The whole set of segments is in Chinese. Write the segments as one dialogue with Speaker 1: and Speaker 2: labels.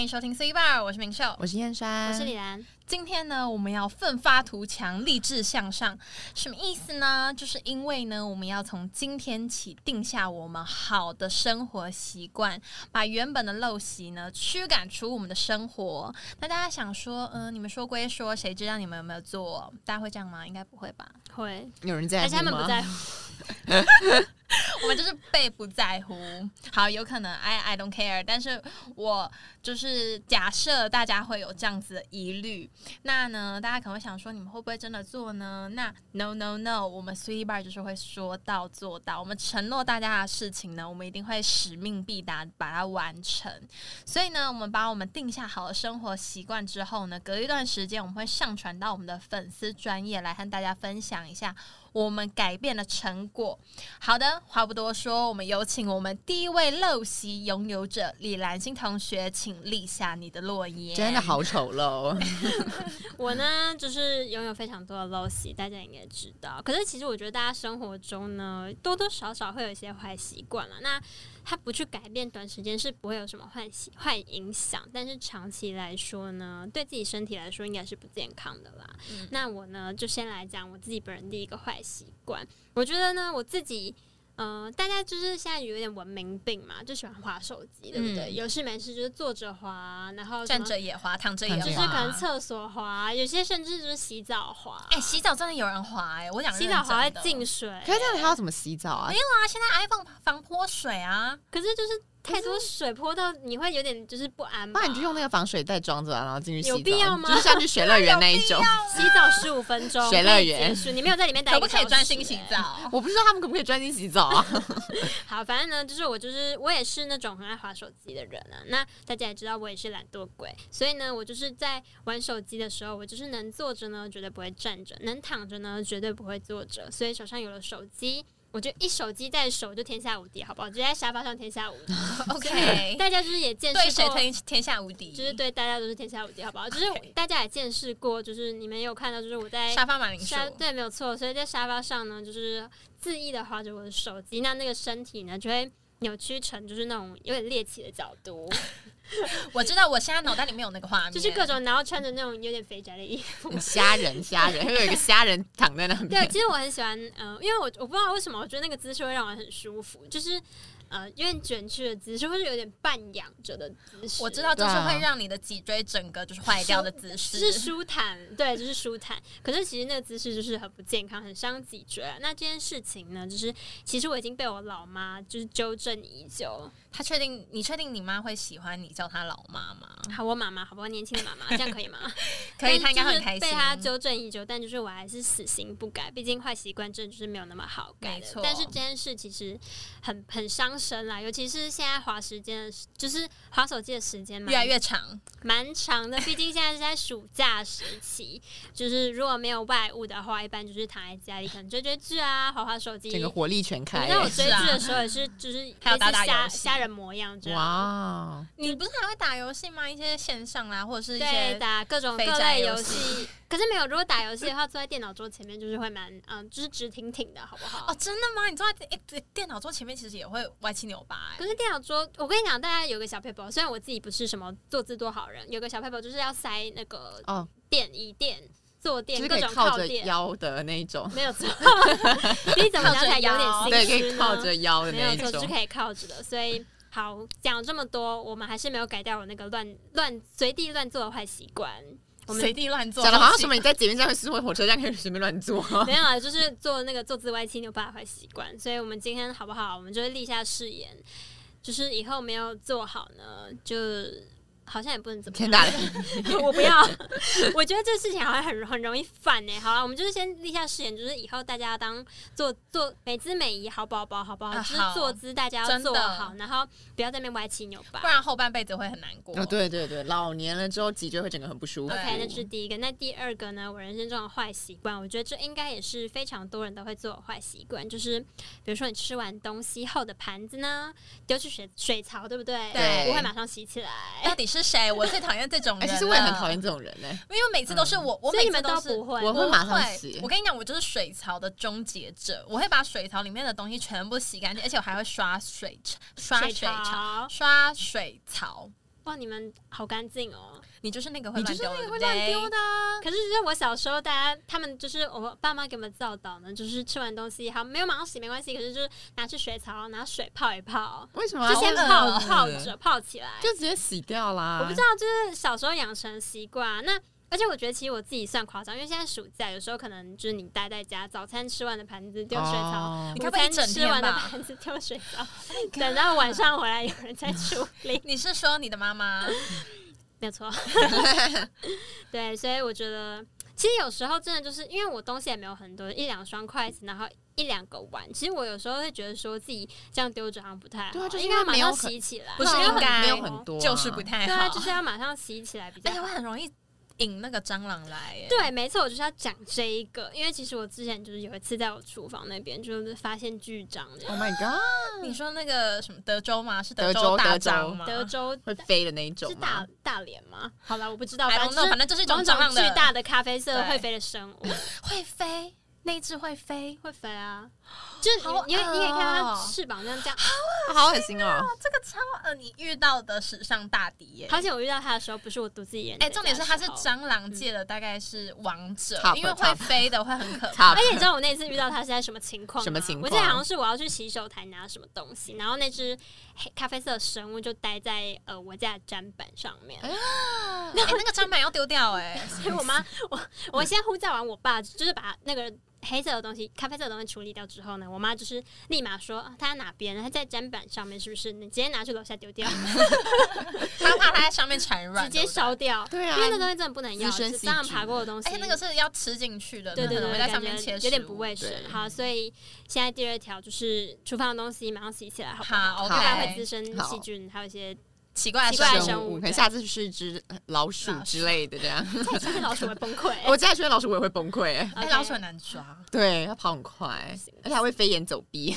Speaker 1: 迎收听 C Bar，我是明秀。
Speaker 2: 我是燕山，
Speaker 3: 我是李兰，
Speaker 1: 今天呢，我们要奋发图强，励志向上，什么意思呢？就是因为呢，我们要从今天起定下我们好的生活习惯，把原本的陋习呢驱赶出我们的生活。那大家想说，嗯、你们说归说，谁知道你们有没有做？大家会这样吗？应该不会吧？
Speaker 3: 会，
Speaker 2: 有人在乎吗？
Speaker 3: 而哎且他们不在乎。
Speaker 1: 我们就是被不在乎。好，有可能 I I don't care，但是我就是假设大家会有这样子的疑虑，那呢，大家可能会想说，你们会不会真的做呢？那 no no no，我们 Sweet Bar 就是会说到做到，我们承诺大家的事情呢，我们一定会使命必达，把它完成。所以呢，我们把我们定下好的生活习惯之后呢，隔一段时间我们会上传到我们的粉丝专业来和大家分享一下我们改变的成果。好的，话不多说，我们有请我们第一位陋习拥有者李兰心同学，请立下你的诺言。
Speaker 2: 真的好丑 陋，
Speaker 3: 我呢，就是拥有非常多的陋习，大家应该知道。可是其实我觉得大家生活中呢，多多少少会有一些坏习惯了。那他不去改变，短时间是不会有什么坏习坏影响，但是长期来说呢，对自己身体来说应该是不健康的啦。
Speaker 1: 嗯
Speaker 3: 那我呢，就先来讲我自己本人第一个坏习惯。我觉得呢，我自己。嗯、大家就是现在有点文明病嘛，就喜欢划手机，对不对？
Speaker 1: 嗯
Speaker 3: 有事没事就是坐着划，然后什
Speaker 1: 站
Speaker 3: 么
Speaker 1: 着也滑，躺着也滑，
Speaker 2: 就
Speaker 3: 就是可能厕所滑，有些甚至就是洗澡滑。
Speaker 1: 哎、洗澡真的有人滑哎、我讲
Speaker 3: 洗澡滑会
Speaker 1: 认真的
Speaker 3: 进水，
Speaker 2: 可是这样还要怎么洗澡啊
Speaker 1: 没？有啊，现在 iPhone 防泼水啊，
Speaker 3: 可是就是太多水泼到你会有点就是不安吧
Speaker 2: 那？你就用那个防水袋装着啊，然后进去洗澡，
Speaker 3: 有必要吗
Speaker 2: 就是像去水乐园那一 种。
Speaker 3: 洗澡十五分钟，
Speaker 2: 水乐园
Speaker 3: 可以结束你没有在里面待
Speaker 1: 可
Speaker 3: 一
Speaker 1: 不
Speaker 3: 个
Speaker 1: 可以
Speaker 3: 小
Speaker 1: 专
Speaker 3: 时
Speaker 1: 心洗
Speaker 3: 欸？
Speaker 1: 澡？
Speaker 2: 我不知道他们可不可以专心洗澡 啊？
Speaker 3: 好，反正呢，就是我就是我也是那种很爱划手机的人啊。那大家也知道我也是懒惰鬼，所以呢，我就是在玩手机的时候，我就是能坐着呢，绝对不会站着；能躺着呢，绝对不会坐着。所以手上有了手机，我就一手机在手就天下无敌，好不好？直接在沙发上天下无敌。
Speaker 1: OK，
Speaker 3: 大家就是也见识
Speaker 1: 对谁
Speaker 3: 过
Speaker 1: 天天下无敌？
Speaker 3: 就是对大家都是天下无敌，好不好？就是我
Speaker 1: OK
Speaker 3: 大家也见识过，就是你们有看到，就是我在
Speaker 1: 沙发马铃薯。
Speaker 3: 沙对，没有错，所以在沙发上呢，就是恣意的划着我的手机，那那个身体呢就会扭曲成就是那种有点猎奇的角度，
Speaker 1: 我知道，我现在脑袋里面有那个画面，
Speaker 3: 就是各种然后穿着那种有点肥宅的衣 服。
Speaker 2: 很虾人，虾人，会有一个虾人躺在那
Speaker 3: 对，
Speaker 2: 边，
Speaker 3: 其实我很喜欢，嗯、因为我我不知道为什么，我觉得那个姿势会让我很舒服，就是呃有点卷曲的姿势，或者有点半仰着的姿势。
Speaker 1: 我知道，就是
Speaker 2: 对啊
Speaker 1: 会让你的脊椎整个就是坏掉的姿势。
Speaker 3: 就是舒坦， 对，就是舒坦。可是其实那个姿势就是很不健康，很伤脊椎啊、那这件事情呢，就是其实我已经被我老妈就是纠正已久。
Speaker 1: 他确定你确定你妈会喜欢你叫她老妈吗？
Speaker 3: 好，我妈妈，好不好？年轻的妈妈，这样可以吗？
Speaker 1: 嗯 可以，她
Speaker 3: 但
Speaker 1: 应该会很
Speaker 3: 就是
Speaker 1: 开心。啊
Speaker 3: 被她纠正已久，但就是我还是死心不改，毕竟坏习惯真的就是没有那么好改
Speaker 1: 没
Speaker 3: 的
Speaker 1: 错。
Speaker 3: 但是这件事其实很很伤身啦，尤其是现在划时间的时，就是划手机的时间嘛，
Speaker 1: 越来越长，
Speaker 3: 蛮长的，毕竟现在是在暑假时期， 就是如果没有外务的话，一般就是躺在家里，可能追追剧啊，划划手机。
Speaker 2: 整个火力全开、
Speaker 3: 那我
Speaker 2: 欸。
Speaker 3: 追剧的时候也是，就是
Speaker 1: 还有打打
Speaker 3: 类似
Speaker 1: 游
Speaker 3: 虾
Speaker 1: 戏
Speaker 3: 虾人模样这样，
Speaker 2: 哇，哦
Speaker 1: 你不是还会打游戏吗？一些线上啦，或者是一
Speaker 3: 对，
Speaker 1: 些
Speaker 3: 打各种
Speaker 1: 肥
Speaker 3: 各
Speaker 1: 宅
Speaker 3: 类
Speaker 1: 游
Speaker 3: 游戏。可是没有，如果打游戏的话，坐在电脑桌前面就是会蛮，嗯，就是直挺挺的，好不好？
Speaker 1: 哦，真的吗？你坐在诶电脑桌前面，其实也会歪七扭八哎
Speaker 3: 可。是电脑桌，我跟你讲，大家有个小 paper，虽然我自己不是什么坐姿多好人，有个小 paper 就是要塞那个
Speaker 2: 哦，
Speaker 3: 垫椅垫、坐
Speaker 2: 就
Speaker 3: 垫
Speaker 2: 是可
Speaker 3: 各
Speaker 2: 以
Speaker 3: 种
Speaker 2: 靠着
Speaker 3: 垫。
Speaker 2: 腰的那一种，
Speaker 3: 没有错， 你怎么讲起来有点心虚呢
Speaker 2: 对，可以靠着腰的
Speaker 3: 没
Speaker 2: 那
Speaker 3: 有
Speaker 2: 一
Speaker 3: 错，是
Speaker 2: 种。
Speaker 3: 可以靠着的。所以好讲这么多，我们还是没有改掉我那个乱乱随地乱做的坏习惯。我
Speaker 1: 随
Speaker 3: 们
Speaker 1: 地乱坐，
Speaker 2: 讲的好像
Speaker 1: 奇
Speaker 2: 什么你在捷运上或是火车站可以随便乱 坐，
Speaker 3: 没有啊，就是做那个坐姿歪七扭八的坏习惯。所以我们今天好不好？我们就会立下誓言，就是以后没有做好呢，就好像也不能怎么
Speaker 2: 天。
Speaker 3: 样
Speaker 2: 大的
Speaker 3: 我不要， 我觉得这事情好像很很容易犯呢、欸好了，我们就是先立下誓言，就是以后大家要当做做美姿美仪好宝宝，好不好？
Speaker 1: 啊
Speaker 3: 就是
Speaker 1: 好
Speaker 3: 坐姿大家要
Speaker 1: 真的
Speaker 3: 做好，然后不要在那边歪七扭八
Speaker 1: 不。然后半辈子会很难过。
Speaker 2: 哦，对对对，老年了之后脊椎会整个很不舒服。
Speaker 1: 嗯
Speaker 3: OK，那这是第一个。那第二个呢？我人生中的坏习惯，我觉得这应该也是非常多人都会做的坏习惯，就是比如说你吃完东西后的盘子呢，丢去水水槽，对不对？
Speaker 1: 对
Speaker 3: 不会马上洗起来。
Speaker 1: 到底是谁？我最讨厌这种
Speaker 2: 哎、
Speaker 1: 人。啊
Speaker 2: 其实我也很讨，厌这种人哎呢、
Speaker 1: 因为每次都是我，我
Speaker 3: 所
Speaker 1: 每
Speaker 3: 以你
Speaker 1: 次
Speaker 3: 们
Speaker 1: 都
Speaker 3: 都
Speaker 1: 是
Speaker 3: 不会，
Speaker 2: 我会马上
Speaker 1: 会
Speaker 2: 洗
Speaker 1: 我跟你讲，我就是水槽的终结者，我会把水槽里面的东西全部洗干净，而且我还会刷水池刷水槽、
Speaker 3: 槽。
Speaker 1: 刷水槽。
Speaker 3: 哇，你们好干净哦！
Speaker 1: 你就是那个会
Speaker 2: 你
Speaker 1: 乱
Speaker 2: 就是
Speaker 1: 丢
Speaker 2: 那
Speaker 1: 的，对
Speaker 2: 个会
Speaker 1: 不
Speaker 2: 乱丢
Speaker 1: 对？
Speaker 2: 的啊。
Speaker 3: 可是就是我小时候，大家他们就是我爸妈给我们教导呢，就是吃完东西好没有马上洗没关系，可是就是拿去水槽拿水泡一泡，
Speaker 2: 为什么
Speaker 3: 就
Speaker 2: 啊？
Speaker 3: 先
Speaker 1: 好恶
Speaker 3: 泡
Speaker 1: 哦啊
Speaker 3: 泡着泡起来。
Speaker 2: 就直接洗掉啦。
Speaker 3: 我不知道，就是小时候养成习惯。那而且我觉得其实我自己算夸张，因为现在暑假有时候可能就是你待在家，早餐吃完的盘子丢水槽。
Speaker 2: 哦
Speaker 1: 你
Speaker 3: 午
Speaker 1: 该不会一
Speaker 3: 餐
Speaker 1: 整
Speaker 3: 吃
Speaker 1: 天
Speaker 3: 完的
Speaker 1: 吧
Speaker 3: 盘子丢水 槽，等到晚上回来有人在处理，
Speaker 1: 你是说你的妈妈？
Speaker 3: 没 有错。对，所以我觉得，其实有时候真的就是因为我东西也没有很多，一两双筷子，然后一两个碗。其实我有时候会觉得说自己这样丢着好像不太好，
Speaker 2: 对啊就是因
Speaker 3: 应
Speaker 2: 为
Speaker 3: 该马
Speaker 2: 没有
Speaker 3: 上
Speaker 2: 很
Speaker 3: 洗起来，
Speaker 1: 不是
Speaker 3: 因为
Speaker 1: 应该
Speaker 2: 没有
Speaker 3: 很
Speaker 2: 很多啊，哎
Speaker 3: 多
Speaker 1: 就是不太
Speaker 3: 对
Speaker 1: 好，
Speaker 3: 啊，就是要马上洗起来比较
Speaker 1: 而且
Speaker 3: 好
Speaker 1: 会。很容易引那个蟑螂来耶。
Speaker 3: 对，啊没错，我就是要讲这一个，因为其实我之前就是有一次在我厨房那边就是发现巨蟑这样
Speaker 2: Oh my god！
Speaker 1: 你说那个什么德州吗？是
Speaker 2: 德州
Speaker 1: 州大
Speaker 2: 德州
Speaker 1: 蟑吗？
Speaker 3: 德州
Speaker 2: 会飞的那一种
Speaker 3: 是
Speaker 2: 吗啊
Speaker 3: 大？大脸吗？好了，我不知道，
Speaker 1: I
Speaker 3: 反
Speaker 1: don't
Speaker 3: 正
Speaker 1: know，
Speaker 3: 就
Speaker 1: 反
Speaker 3: 是
Speaker 1: 正就是一种
Speaker 3: 某
Speaker 1: 蟑
Speaker 3: 种
Speaker 1: 螂
Speaker 3: 巨
Speaker 1: 的，
Speaker 3: 大的咖啡色
Speaker 1: 对
Speaker 3: 会飞的生物，
Speaker 1: 会飞，那只会飞。
Speaker 3: 会飞啊，就是
Speaker 1: 好
Speaker 3: 你你你也可以看到
Speaker 1: 恶
Speaker 3: 它
Speaker 1: 哦
Speaker 3: 翅膀这样这样。
Speaker 2: 好恶心哦！
Speaker 1: 这个超呃，你遇到的史上大敌耶！
Speaker 3: 而且我遇到它的时候，不是我独自一人。
Speaker 1: 哎、重点是它
Speaker 3: 它
Speaker 1: 是，蟑螂界的大概是王者，
Speaker 2: Top，
Speaker 1: 因为会
Speaker 2: top
Speaker 1: 飞的会很可怕。
Speaker 2: 差
Speaker 3: 而且你知道我那次遇到它是在什么情况吗？
Speaker 2: 什么情
Speaker 3: 我记得
Speaker 2: 况
Speaker 3: 好像是我要去洗手台拿什么东西，然后那只黑咖啡色的生物就待在呃我家的砧板上面，
Speaker 1: 哎、那个砧板要丢掉哎、
Speaker 3: 所以我妈，我 我先呼叫完我爸，就是把那个黑色的东西、咖啡色的东西处理掉之后呢，我妈就是立马说啊他在哪边，他在砧板上面是不是？你直接拿去楼下丢掉，
Speaker 1: 他怕它在上面产卵，
Speaker 3: 直接
Speaker 1: 对不对。
Speaker 3: 烧掉。
Speaker 2: 对啊
Speaker 3: 因为那东西真的不能要，
Speaker 2: 滋生
Speaker 3: 是蟑螂
Speaker 2: 细
Speaker 3: 爬
Speaker 2: 菌
Speaker 3: 过的东西。
Speaker 1: 而哎且那个是要吃进去的，
Speaker 3: 对对
Speaker 1: 那
Speaker 3: 对，
Speaker 1: 可能会在上面
Speaker 3: 感觉
Speaker 1: 切食物，
Speaker 3: 有点不卫生。
Speaker 2: 对
Speaker 3: 好，所以现在第二条就是厨房的东西马上洗起来，好不
Speaker 1: 好
Speaker 3: 因为它会
Speaker 1: OK
Speaker 3: 滋生
Speaker 2: 好
Speaker 3: 细菌，还有一些
Speaker 1: 奇怪的
Speaker 3: 奇怪的
Speaker 1: 生
Speaker 3: 生
Speaker 1: 物。
Speaker 3: 物
Speaker 2: 可
Speaker 3: 对
Speaker 2: 能下次是一只呃老鼠哎
Speaker 1: 老鼠
Speaker 2: 之类的这 样。。
Speaker 3: 再出现老鼠会崩溃
Speaker 2: 我家出现老鼠我也会崩溃、欸，
Speaker 1: 哎、
Speaker 3: OK
Speaker 1: 老鼠很难抓，
Speaker 3: 哎
Speaker 2: 对，它跑很快
Speaker 3: 行，
Speaker 2: 而且还会飞檐走壁。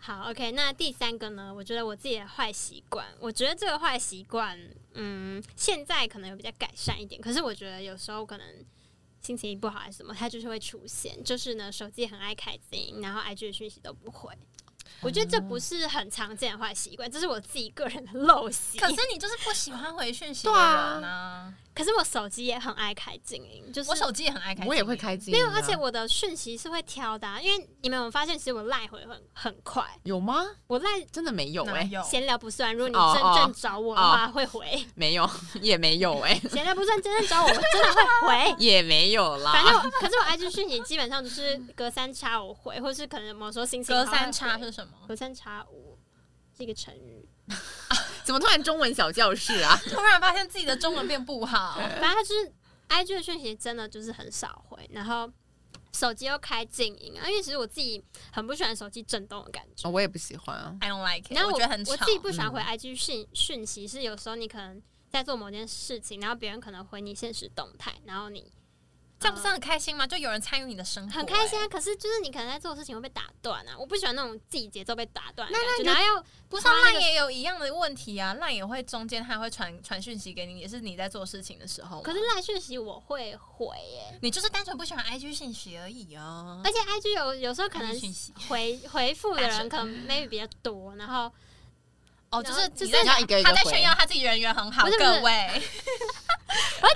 Speaker 3: 好，OK，那第三个呢？我觉得我自己的坏习惯，我觉得这个坏习惯，嗯，现在可能有比较改善一点，可是我觉得有时候可能心情一不好还是什么，它就是会出现。就是呢，手机很爱开静音，然后 IG 的讯息都不回。我觉得这不是很常见的坏习惯，这是我自己个人的陋习。
Speaker 1: 可是你就是不喜欢回讯息的
Speaker 2: 对啊
Speaker 1: 人啊。
Speaker 3: 可是我手机也很爱开静音，就是
Speaker 1: 我手机也很爱开，
Speaker 2: 我也会。开机、啊，
Speaker 3: 没有，而且我的讯息是会挑的啊、因为你们有没有发现，其实我赖回很很快，
Speaker 2: 有吗？
Speaker 3: 我赖
Speaker 2: 真的没有
Speaker 1: 哪
Speaker 2: 哎、
Speaker 1: 有？
Speaker 3: 闲聊不算，如果你
Speaker 2: 哦
Speaker 3: 真
Speaker 2: 哦
Speaker 3: 正找我的话会回，
Speaker 2: 没有，也没有哎、
Speaker 3: 闲聊不算真正找我，我真 的会
Speaker 1: 哦
Speaker 3: 回。
Speaker 2: 也没有啦。
Speaker 3: 反正我，可是我 IG 讯息基本上就是隔三差五回，或是可能某时候心情
Speaker 1: 隔
Speaker 3: 好会
Speaker 1: 三差
Speaker 3: 回
Speaker 1: 是什么？
Speaker 3: 隔三差五是一个成语，
Speaker 2: 怎么突然中文小教室啊？
Speaker 1: 突然发现自己的中文变不好，
Speaker 3: 反正它就是 IG 的讯息真的就是很少回，然后手机又开静音啊，因为其实我自己很不喜欢手机震动的感 觉。
Speaker 2: 哦我也不喜欢啊。
Speaker 1: I don't like it，
Speaker 3: 然后
Speaker 1: 觉得很
Speaker 3: 我
Speaker 1: 吵。
Speaker 3: 自己不喜欢回
Speaker 2: 嗯
Speaker 3: IG 讯讯息，是有时候你可能在做某件事情，然后别人可能回你现实动态，然后你
Speaker 1: 这样不是很开心吗？就有人参与你的生活、
Speaker 3: 很开心
Speaker 1: 欸
Speaker 3: 啊。可是就是你可能在做事情会被打断啊，我不喜欢那种自己节奏被打断的
Speaker 2: 那
Speaker 3: 感觉，
Speaker 2: 那
Speaker 3: 然后又
Speaker 1: 不是
Speaker 3: 花那
Speaker 1: 烂
Speaker 3: 个
Speaker 1: 也有一样的问题啊，烂也会中间他会传传讯息给你，也是你在做事情的时候。
Speaker 3: 可是赖讯息我会回耶，
Speaker 1: 你就是单纯不喜欢 IG 信息而已
Speaker 2: 嗯
Speaker 1: 哦。
Speaker 3: 而且 IG 有有时候可
Speaker 1: IG
Speaker 3: 能
Speaker 1: 讯息
Speaker 3: 回回复的
Speaker 1: 大
Speaker 3: 人
Speaker 1: 神
Speaker 3: 可 能 maybe 比较多，然后
Speaker 1: 哦，就是
Speaker 3: 然后就是
Speaker 1: 你在
Speaker 2: 你要一个一个
Speaker 1: 他在
Speaker 2: 回
Speaker 1: 炫耀他自己人缘很好，
Speaker 3: 不是不是
Speaker 1: 各位。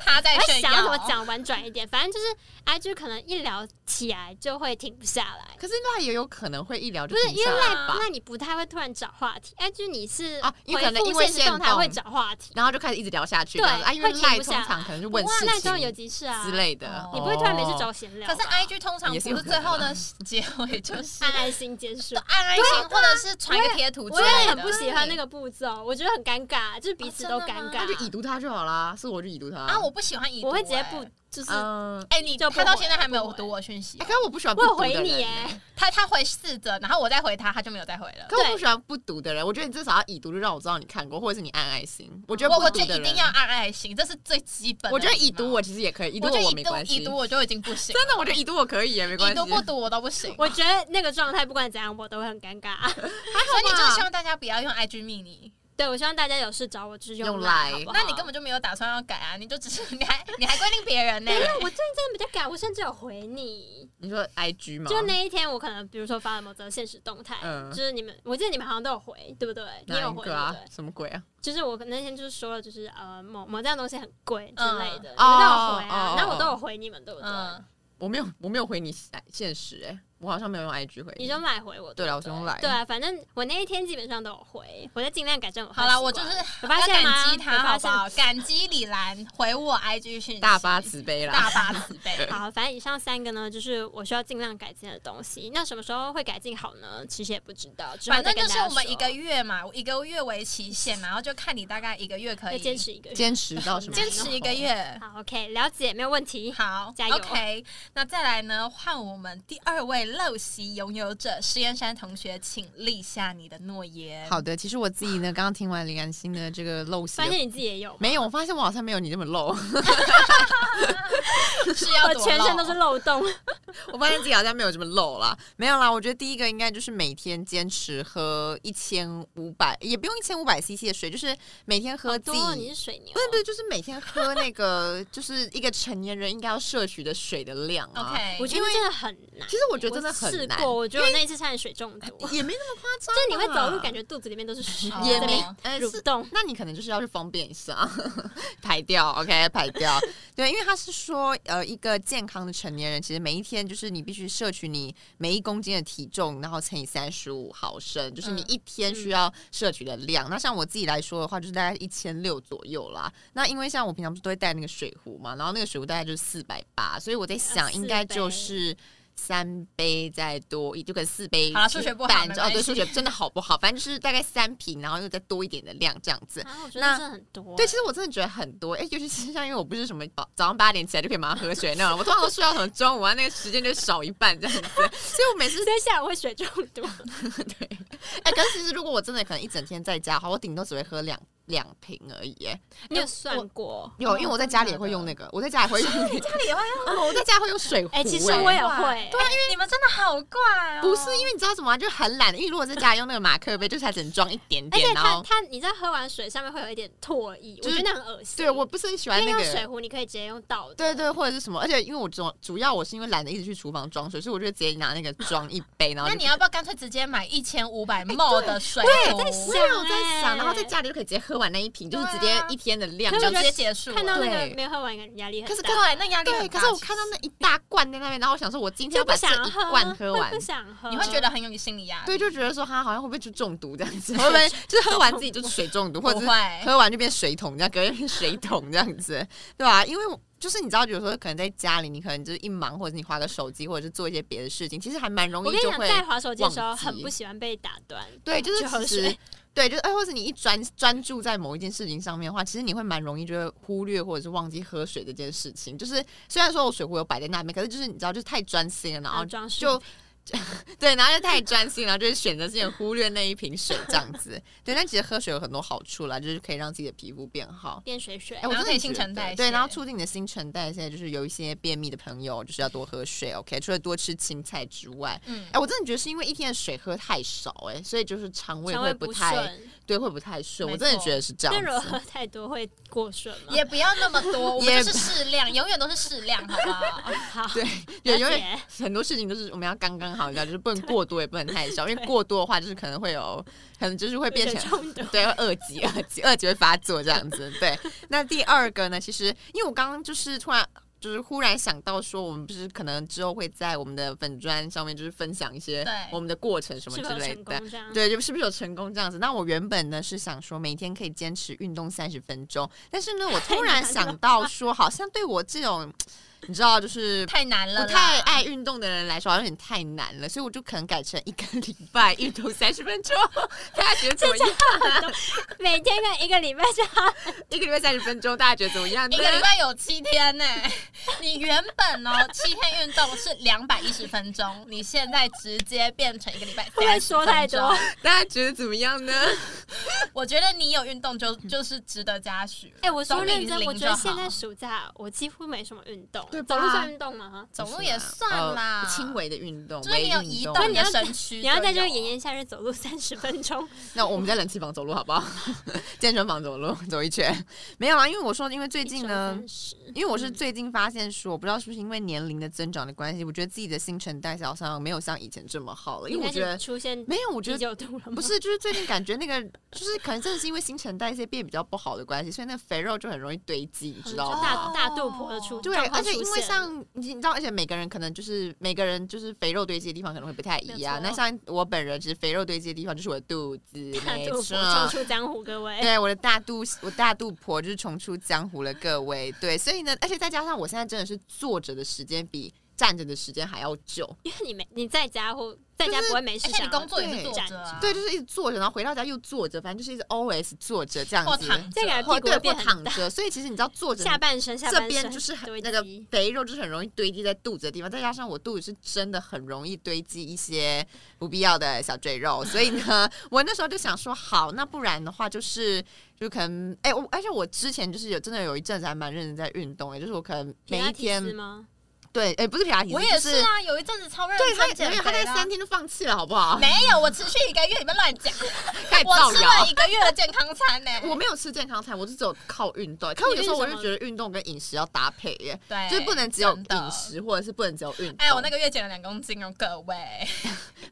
Speaker 1: 他在
Speaker 3: 我
Speaker 1: 炫
Speaker 3: 想要
Speaker 1: 耀
Speaker 3: 怎么？讲婉转一点，反正就是 IG 可能一聊起来就会停不下来。
Speaker 2: 可是那也有可能会一聊就
Speaker 3: 不是
Speaker 2: 停
Speaker 3: 因为
Speaker 2: 下来
Speaker 3: 赖
Speaker 2: 吧，
Speaker 3: 赖你不太会突然找话题，IG 你是
Speaker 2: 啊因为可
Speaker 3: 回
Speaker 2: 能
Speaker 3: 复
Speaker 2: 因为
Speaker 3: 现实动态
Speaker 2: 限动
Speaker 3: 会找话题，
Speaker 2: 然后就开始一直聊下去。
Speaker 3: 对
Speaker 2: 这样子啊，因为
Speaker 3: 会停
Speaker 2: 赖
Speaker 3: 不
Speaker 2: 通
Speaker 3: 下
Speaker 2: 常可能就问
Speaker 3: 哇
Speaker 2: 事
Speaker 3: 赖中有
Speaker 2: 情
Speaker 3: 急事啊
Speaker 2: 之类的
Speaker 1: 哦，
Speaker 3: 你不会突然没事找我闲聊吧。
Speaker 1: 可是 IG 通常
Speaker 2: 啊也
Speaker 1: 不
Speaker 2: 是有
Speaker 1: 是
Speaker 2: 可
Speaker 1: 最
Speaker 2: 能
Speaker 1: 后
Speaker 2: 啊
Speaker 1: 的结尾就是
Speaker 3: 按爱心结束
Speaker 1: 就。按爱心，或者是传一个贴图之
Speaker 3: 啊我也
Speaker 1: 类
Speaker 3: 很
Speaker 1: 的。
Speaker 3: 不喜欢那个步骤，我觉得很尴尬，就是彼此都
Speaker 1: 真的
Speaker 3: 尴
Speaker 1: 吗
Speaker 3: 尬
Speaker 1: 那。
Speaker 2: 就已读他就好啦，是我就已读他
Speaker 1: 啊，我不喜欢已读、
Speaker 3: 我会直接
Speaker 1: 欸
Speaker 3: 不就是
Speaker 2: 嗯，
Speaker 1: 哎、你
Speaker 3: 就不
Speaker 1: 他到
Speaker 3: 回
Speaker 1: 现在还没
Speaker 3: 不
Speaker 1: 有
Speaker 3: 回
Speaker 1: 读我讯息
Speaker 2: 哎
Speaker 1: 哦、
Speaker 2: 可是我不喜欢不
Speaker 3: 我有
Speaker 2: 读
Speaker 3: 回
Speaker 2: 的人
Speaker 3: 你耶
Speaker 2: 欸。
Speaker 1: 他他回四则，然后我再回他，他就没有再回了。
Speaker 2: 可我
Speaker 3: 对
Speaker 2: 不喜欢不读的人，我觉得你至少要已读，就让我知道你看过，或者是你按爱心。我觉得
Speaker 1: 我
Speaker 2: 不
Speaker 1: 我
Speaker 2: 读
Speaker 1: 觉得
Speaker 2: 的
Speaker 1: 一
Speaker 2: 人
Speaker 1: 定要，按爱心，这是最基本的礼貌。
Speaker 2: 我觉得已
Speaker 3: 嗯
Speaker 2: 读我其实也可以，已读
Speaker 1: 我觉得
Speaker 2: 我
Speaker 1: 已
Speaker 2: 没
Speaker 1: 读
Speaker 2: 关系。
Speaker 1: 已读我就已经不行了，
Speaker 2: 真的，我觉得已读我可以耶，没关
Speaker 1: 已
Speaker 2: 系。
Speaker 1: 读不读我都不行。
Speaker 3: 我觉得那个状态不管怎样，我都会很尴尬。
Speaker 1: 所以你就是希望大家不要用 IG 密你，
Speaker 3: 对我希望大家有事找我，就是
Speaker 2: 用
Speaker 3: 来，
Speaker 2: 来
Speaker 3: 好不好
Speaker 1: 那你根本就没有打算要改啊，你就只是你还 你还规定别人呢、
Speaker 3: 没有，我最近真的比较改，我甚至有回你。
Speaker 2: 你说 IG 吗？
Speaker 3: 就那一天，我可能比如说发了某则现实动态，
Speaker 2: 嗯
Speaker 3: 就是你们，我记得你们好像都有回，对不对？你
Speaker 2: 哪一
Speaker 3: 有
Speaker 2: 个
Speaker 3: 回对
Speaker 2: 啊
Speaker 3: 不对？？
Speaker 2: 什么鬼啊？
Speaker 3: 就是我那天就是说了，就是呃某某这样东西很贵之类
Speaker 1: 嗯
Speaker 2: 哦
Speaker 3: 的，你们都有回
Speaker 2: 哦
Speaker 3: 啊
Speaker 2: 哦，
Speaker 3: 那我都有回你们，对不对？
Speaker 1: 嗯，
Speaker 2: 我没有，我没有回你现实哎、我好像没有用 IG 回
Speaker 3: 你就赖回我，
Speaker 2: 对啦
Speaker 3: 了，
Speaker 2: 我是用赖
Speaker 3: 对啊，反正我那一天基本上都有回，我在尽量改正我
Speaker 1: 好
Speaker 3: 坏习惯。
Speaker 1: 啦，我就是
Speaker 3: 有
Speaker 1: 要
Speaker 3: 发现吗
Speaker 1: 感激他，
Speaker 3: 有
Speaker 1: 好
Speaker 3: 发
Speaker 1: 不
Speaker 3: 现
Speaker 1: 好？感激李兰回我 IG 讯息，
Speaker 2: 大发慈悲啦。
Speaker 1: 大发慈悲。
Speaker 3: 好，反正以上三个呢，就是我需要尽量改进的东西。那什么时候会改进好呢？其实也不知道，之后
Speaker 1: 反
Speaker 3: 再
Speaker 1: 正
Speaker 3: 跟
Speaker 1: 就是
Speaker 3: 大家
Speaker 1: 我们
Speaker 3: 说
Speaker 1: 一个月嘛，一个月为期限，然后就看你大概一个月可
Speaker 3: 要
Speaker 1: 以
Speaker 3: 坚持一个 月。
Speaker 2: 坚持到什么时候？
Speaker 1: 坚持一个月。
Speaker 3: 好，OK，了解，没有问题。
Speaker 1: 好，
Speaker 3: 加油
Speaker 1: OK，那再来呢？换我们第二位陋习拥有者实验山同学，请立下你的诺言。
Speaker 2: 好的，其实我自己呢，刚刚听完林安心的这个陋习
Speaker 3: 发
Speaker 2: 的，
Speaker 3: 现你自己也有，
Speaker 2: 没有，我发现我好像没有你这么漏。
Speaker 1: 是要
Speaker 3: 我
Speaker 1: 多
Speaker 3: 哦全身
Speaker 1: 漏
Speaker 3: 都是 漏洞。
Speaker 2: 我发现自己好像没有这么漏啦，没有啦。我觉得第一个应该就是每天坚持喝一千五百，也不用一千五百 CC 的水，就是每天喝
Speaker 3: 好
Speaker 2: 自
Speaker 3: 多
Speaker 2: 己。
Speaker 3: 哦，你是水牛
Speaker 2: 不。是不是，就是每天喝那个，就是一个成年人应该要摄取的水的量啊。
Speaker 1: OK，
Speaker 3: 我觉得真的很难。
Speaker 2: 其实我觉得真的
Speaker 3: 我
Speaker 2: 很
Speaker 3: 试
Speaker 2: 难，
Speaker 3: 过，我觉得我那一次差点水中 毒。
Speaker 2: 也没那么夸张
Speaker 3: 就
Speaker 2: 啊。
Speaker 3: 是你会走路，感觉肚子里面都是水，
Speaker 1: 也
Speaker 3: 在
Speaker 1: 没
Speaker 3: 那边
Speaker 2: 呃
Speaker 3: 蠕
Speaker 2: 是
Speaker 3: 动。
Speaker 2: 那你可能就是要去方便一下， 排掉，OK，排掉。对，因为他是说，呃，一个健康的成年人，其实每一天就是你必须摄取你每一公斤的体重，然后乘以三十五毫升，就是你
Speaker 1: 嗯
Speaker 2: 一天需要摄取的量。那像我自己来说的话，就是大概一千六左右啦。那因为像我平常不是都会带那个水壶嘛，然后那个水壶大概就是四百八，所以
Speaker 1: 啊
Speaker 2: 我在想，
Speaker 3: 四
Speaker 2: 应该就
Speaker 3: 杯
Speaker 2: 是。三杯再多一，就跟四杯
Speaker 1: 好啦数学不好
Speaker 2: 半
Speaker 1: 没
Speaker 2: 哦，
Speaker 1: 关
Speaker 2: 对，
Speaker 1: 系
Speaker 2: 数学真的好不好？反正就是大概三瓶，然后又再多一点的量这样子。
Speaker 3: 啊，我觉
Speaker 2: 那
Speaker 3: 得这很多。
Speaker 2: 对，其实我真的觉得很多，哎、尤其是像因为我不是什么早早上八点起来就可以马上喝水那种，我通常都睡到什么中午啊，那个时间就少一半这样子，所以我每 次
Speaker 3: 所以下午会水中毒。
Speaker 2: 对，哎、可是其实如果我真的可能一整天在家的话，我顶多只会喝两两瓶而已，哎
Speaker 3: 你有算过？
Speaker 2: 有，因为我在家里也会用那个，我在家也会用那个，
Speaker 1: 家里也会
Speaker 2: 哦 我在家会用水壶、
Speaker 3: 哎其实
Speaker 2: 哎
Speaker 3: 我也会
Speaker 1: 对，因为你们真的好怪哦。
Speaker 2: 不是因为你知道什么、啊，就很懒，因为如果在家里用那个马克杯，就是它只能装一点
Speaker 3: 而
Speaker 2: 点，
Speaker 3: 且
Speaker 2: 然
Speaker 3: 它
Speaker 2: 后
Speaker 3: 它，你在喝完水上面会有一点唾液，我
Speaker 2: 就是
Speaker 3: 觉得那很恶心。
Speaker 2: 对我不是很喜欢
Speaker 3: 因为
Speaker 2: 那
Speaker 3: 用
Speaker 2: 个
Speaker 3: 水壶你可以直接用倒的。
Speaker 2: 对对，或者是什么？而且因为我主主要我是因为懒得一直去厨房装水，所以我就直接拿那个装一 杯，然后
Speaker 1: 那
Speaker 2: 就
Speaker 1: 你要不要干脆直接买一千五百
Speaker 3: 哎
Speaker 1: ml 的水
Speaker 2: 对，
Speaker 1: 壶，
Speaker 2: 在
Speaker 3: 想
Speaker 2: 想，我在
Speaker 3: 欸
Speaker 2: 想，然后在家里就可以直接喝完那一瓶，就是直
Speaker 1: 对
Speaker 2: 接
Speaker 1: 啊
Speaker 2: 一天的量
Speaker 3: 可是
Speaker 2: 就
Speaker 1: 就
Speaker 3: 我
Speaker 1: 直
Speaker 3: 觉得
Speaker 1: 接结束了？
Speaker 3: 看到那
Speaker 2: 对
Speaker 3: 个没有喝完，感觉压力很大。
Speaker 2: 可是
Speaker 1: 对，那压力
Speaker 2: 对。
Speaker 1: 很大。
Speaker 2: 可是我
Speaker 1: 其
Speaker 2: 看到
Speaker 1: 实
Speaker 2: 那一大罐在那边，然后我想说，我今天要
Speaker 3: 就
Speaker 2: 把
Speaker 3: 不
Speaker 2: 这
Speaker 3: 想
Speaker 2: 一
Speaker 3: 喝，
Speaker 2: 罐喝完
Speaker 3: 会不。想喝，
Speaker 1: 你会觉得很有心理压力，
Speaker 2: 对，就觉得说哈，好像会不会就中毒这样子？会不 会就是喝完自己就是水中毒，或者
Speaker 1: 不
Speaker 2: 是
Speaker 1: 会。
Speaker 2: 喝完就变水桶，这样隔天变水桶这样子，对吧、因为我就是你知道，有时候可能在家里，你可能就是一忙，或者你划个手机，或者是做一些别的事情，其实还蛮容
Speaker 3: 我跟
Speaker 2: 易就
Speaker 3: 你讲，
Speaker 2: 会
Speaker 3: 在滑手机的时候
Speaker 2: 忘记
Speaker 3: 很不喜欢被打断。
Speaker 2: 对，就是
Speaker 3: 去喝
Speaker 2: 其实
Speaker 3: 水。
Speaker 2: 对，就是哎，或者你一专专注在某一件事情上面的话，其实你会蛮容易就会忽略或者是忘记喝水这件事情。就是虽然说我水壶有摆在那边，可是就是你知道，就是太专心了，然后
Speaker 3: 啊装饰
Speaker 2: 就
Speaker 1: 嗯
Speaker 2: 对，然后就太专心，然后就是选择性地忽略那一瓶水这样子。对，但其实喝水有很多好处啦，就是可以让自己的皮肤变好。
Speaker 3: 变水水
Speaker 2: 哎、。我
Speaker 1: 然
Speaker 2: 真
Speaker 1: 后可
Speaker 2: 的
Speaker 1: 以
Speaker 2: 觉
Speaker 1: 新陈
Speaker 2: 得
Speaker 1: 代谢
Speaker 2: 对，然后促进你的新陈代谢。就是有一些便秘的朋友，就是要多喝水。OK，除了多吃青菜之外，
Speaker 1: 嗯
Speaker 2: 哎、，我真的觉得是因为一天的水喝太少、哎，所以就是肠胃
Speaker 3: 肠
Speaker 2: 会
Speaker 3: 胃
Speaker 2: 不
Speaker 3: 不
Speaker 2: 太
Speaker 3: 顺，
Speaker 2: 对，会不太顺。
Speaker 1: 没
Speaker 2: 我真的
Speaker 1: 错
Speaker 2: 觉得是这
Speaker 3: 那如果
Speaker 2: 样子。
Speaker 3: 喝太多会过顺吗？
Speaker 1: 也不要那么多，我们
Speaker 2: 也
Speaker 1: 就是适量，永远都是适量，好不好？
Speaker 3: 哦好，
Speaker 2: 对，
Speaker 3: 了
Speaker 2: 对，因为
Speaker 3: 解
Speaker 2: 很多事情都是我们要刚刚好，你知道，就是不能过多，也不能太少，因为过多的话，就是可能会有，可能就是会变
Speaker 3: 水
Speaker 2: 成
Speaker 3: 中毒。
Speaker 2: 对，会二级、二级、二级会发作这样子。对，那第二个呢，其实因为我刚刚就是突然。就是忽然想到说，我们不是可能之后会在我们的粉砖上面，就是分享一些
Speaker 1: 对
Speaker 2: 我们的过程什么
Speaker 3: 是
Speaker 2: 之
Speaker 3: 不是有
Speaker 2: 类
Speaker 3: 成
Speaker 2: 的。
Speaker 3: 功这样？
Speaker 2: 对，就是不是有成功这样子？那我原本呢是想说每天可以坚持运动三十分钟，但是呢，我突然想到说，好像对我这种你知道就是
Speaker 1: 太难了啦，
Speaker 2: 不太爱运动的人来说，好像有点太难了，所以我就可能改成一个礼拜运动三十分钟，大家觉得怎么样？
Speaker 3: 每天跟一个礼拜这样，
Speaker 2: 一个礼拜三十分钟，大家觉得怎么样呢
Speaker 1: 一？个礼拜有七天呢、 你原本哦七天运动是两百一十分钟，你现在直接变成一个礼拜30
Speaker 3: 不会说太多
Speaker 1: 分钟
Speaker 2: 大家觉得怎么样呢？
Speaker 1: 我觉得你有运动就就是值得嘉许。
Speaker 3: 哎、我说认
Speaker 1: 总
Speaker 3: 真，
Speaker 1: 比
Speaker 3: 我
Speaker 1: 零就
Speaker 3: 觉得
Speaker 1: 好
Speaker 3: 现在暑假我几乎没什么运动、啊
Speaker 2: 对
Speaker 3: 走路
Speaker 2: 吧
Speaker 3: 算运动 吗？
Speaker 1: 走路
Speaker 3: 啊
Speaker 1: 也算啦，
Speaker 2: 呃啊轻。微的运动，
Speaker 1: 就是你有
Speaker 2: 微
Speaker 1: 移
Speaker 2: 运
Speaker 1: 动
Speaker 2: 动。
Speaker 1: 你的身躯，
Speaker 3: 你要在这个
Speaker 2: 啊
Speaker 1: 就
Speaker 3: 炎炎夏日走路三十分钟，
Speaker 2: 那我们在冷气房走路好不好？ 健身房走路走一圈，没有啦，啊因为我说，因为 最近呢，
Speaker 3: 30？
Speaker 2: 因为我是
Speaker 3: 嗯
Speaker 2: 最近发现说，我不知道是不是因为年龄的增长的关系，我觉得自己的新陈代谢好像没有像以前这么好了，因
Speaker 3: 你
Speaker 2: 为我
Speaker 3: 开
Speaker 2: 觉
Speaker 3: 始
Speaker 2: 得
Speaker 3: 出现
Speaker 2: 没有，我觉得。
Speaker 3: 啤酒肚了吗？
Speaker 2: 不是，就是最近感觉那个，就是可能真的是因为新陈代谢变比较不好的关系，所以那个肥肉就很容易堆积，你
Speaker 3: 嗯，
Speaker 2: 知道
Speaker 3: 就
Speaker 2: 吗？
Speaker 3: 大大肚婆的出
Speaker 2: 哦对，
Speaker 3: 状
Speaker 2: 而
Speaker 3: 况
Speaker 2: 且
Speaker 3: 出
Speaker 2: 因为
Speaker 3: 现
Speaker 2: 像你你知道，而且每个人可能就是每个人就是肥肉堆积的地方可能会不太一样。那
Speaker 3: 没有错
Speaker 2: 像我本人，其实肥肉堆积的地方就是我的肚子，
Speaker 3: 大
Speaker 2: 没
Speaker 3: 肚婆
Speaker 2: 错。
Speaker 3: 冲出江湖，各位。
Speaker 2: 对，我的大肚，我大肚婆就是重出江湖了，各位。对，所以呢，而且再加上我现在真的是坐着的时间比站着的时间还要久。
Speaker 3: 因为你没你在家或在家不会没事
Speaker 2: 哎
Speaker 1: 而且
Speaker 3: 想
Speaker 1: 你
Speaker 3: 要，
Speaker 1: 工作也是
Speaker 2: 对
Speaker 1: 坐着啊，
Speaker 2: 对，就是一直坐着，然后回到家又坐着，反正就是一直 always 坐着这样
Speaker 1: 或
Speaker 2: 子，
Speaker 1: 躺
Speaker 3: 这个
Speaker 1: 着，
Speaker 2: 或
Speaker 3: 屁股会
Speaker 2: 对或
Speaker 3: 变
Speaker 2: 躺
Speaker 3: 很大，
Speaker 2: 着。所以其实你知道坐着，
Speaker 3: 下半身下
Speaker 2: 这
Speaker 3: 半
Speaker 2: 边
Speaker 3: 身
Speaker 2: 就是很
Speaker 3: 堆
Speaker 2: 那个
Speaker 3: 积
Speaker 2: 肥肉就是很容易堆积在肚子的地方，再加上我肚子是真的很容易堆积一些不必要的小赘肉，所 以呢，我那时候就想说，好，那不然的话就是就可能，哎、我而且我之前就是有真的有一阵子还蛮认真在运动，哎，就是我可能
Speaker 3: 皮
Speaker 2: 每
Speaker 3: 拉
Speaker 2: 一
Speaker 3: 提斯
Speaker 2: 天
Speaker 3: 吗？
Speaker 2: 对，哎、不是皮拉提斯，
Speaker 1: 我也
Speaker 2: 就是是。
Speaker 1: 啊，有一阵子超认
Speaker 2: 对他，
Speaker 1: 真
Speaker 2: 没
Speaker 1: 减
Speaker 2: 有他
Speaker 1: 肥
Speaker 2: 在
Speaker 1: 啦
Speaker 2: 三。天就放弃了，好不 好？
Speaker 1: 没有，我持续一个月，你们乱讲。
Speaker 2: 开始造
Speaker 1: 我吃了
Speaker 2: 谣。
Speaker 1: 一个月的健康餐呢、
Speaker 2: 我没有吃健康餐，我是只有靠运动。可我有时候我就觉得运动跟饮食要搭配耶，
Speaker 1: 对，
Speaker 2: 就是不能只有
Speaker 1: 哎真的
Speaker 2: 饮食，或者是不能只有运动。
Speaker 1: 哎、我那个月减了两公斤哦，各位，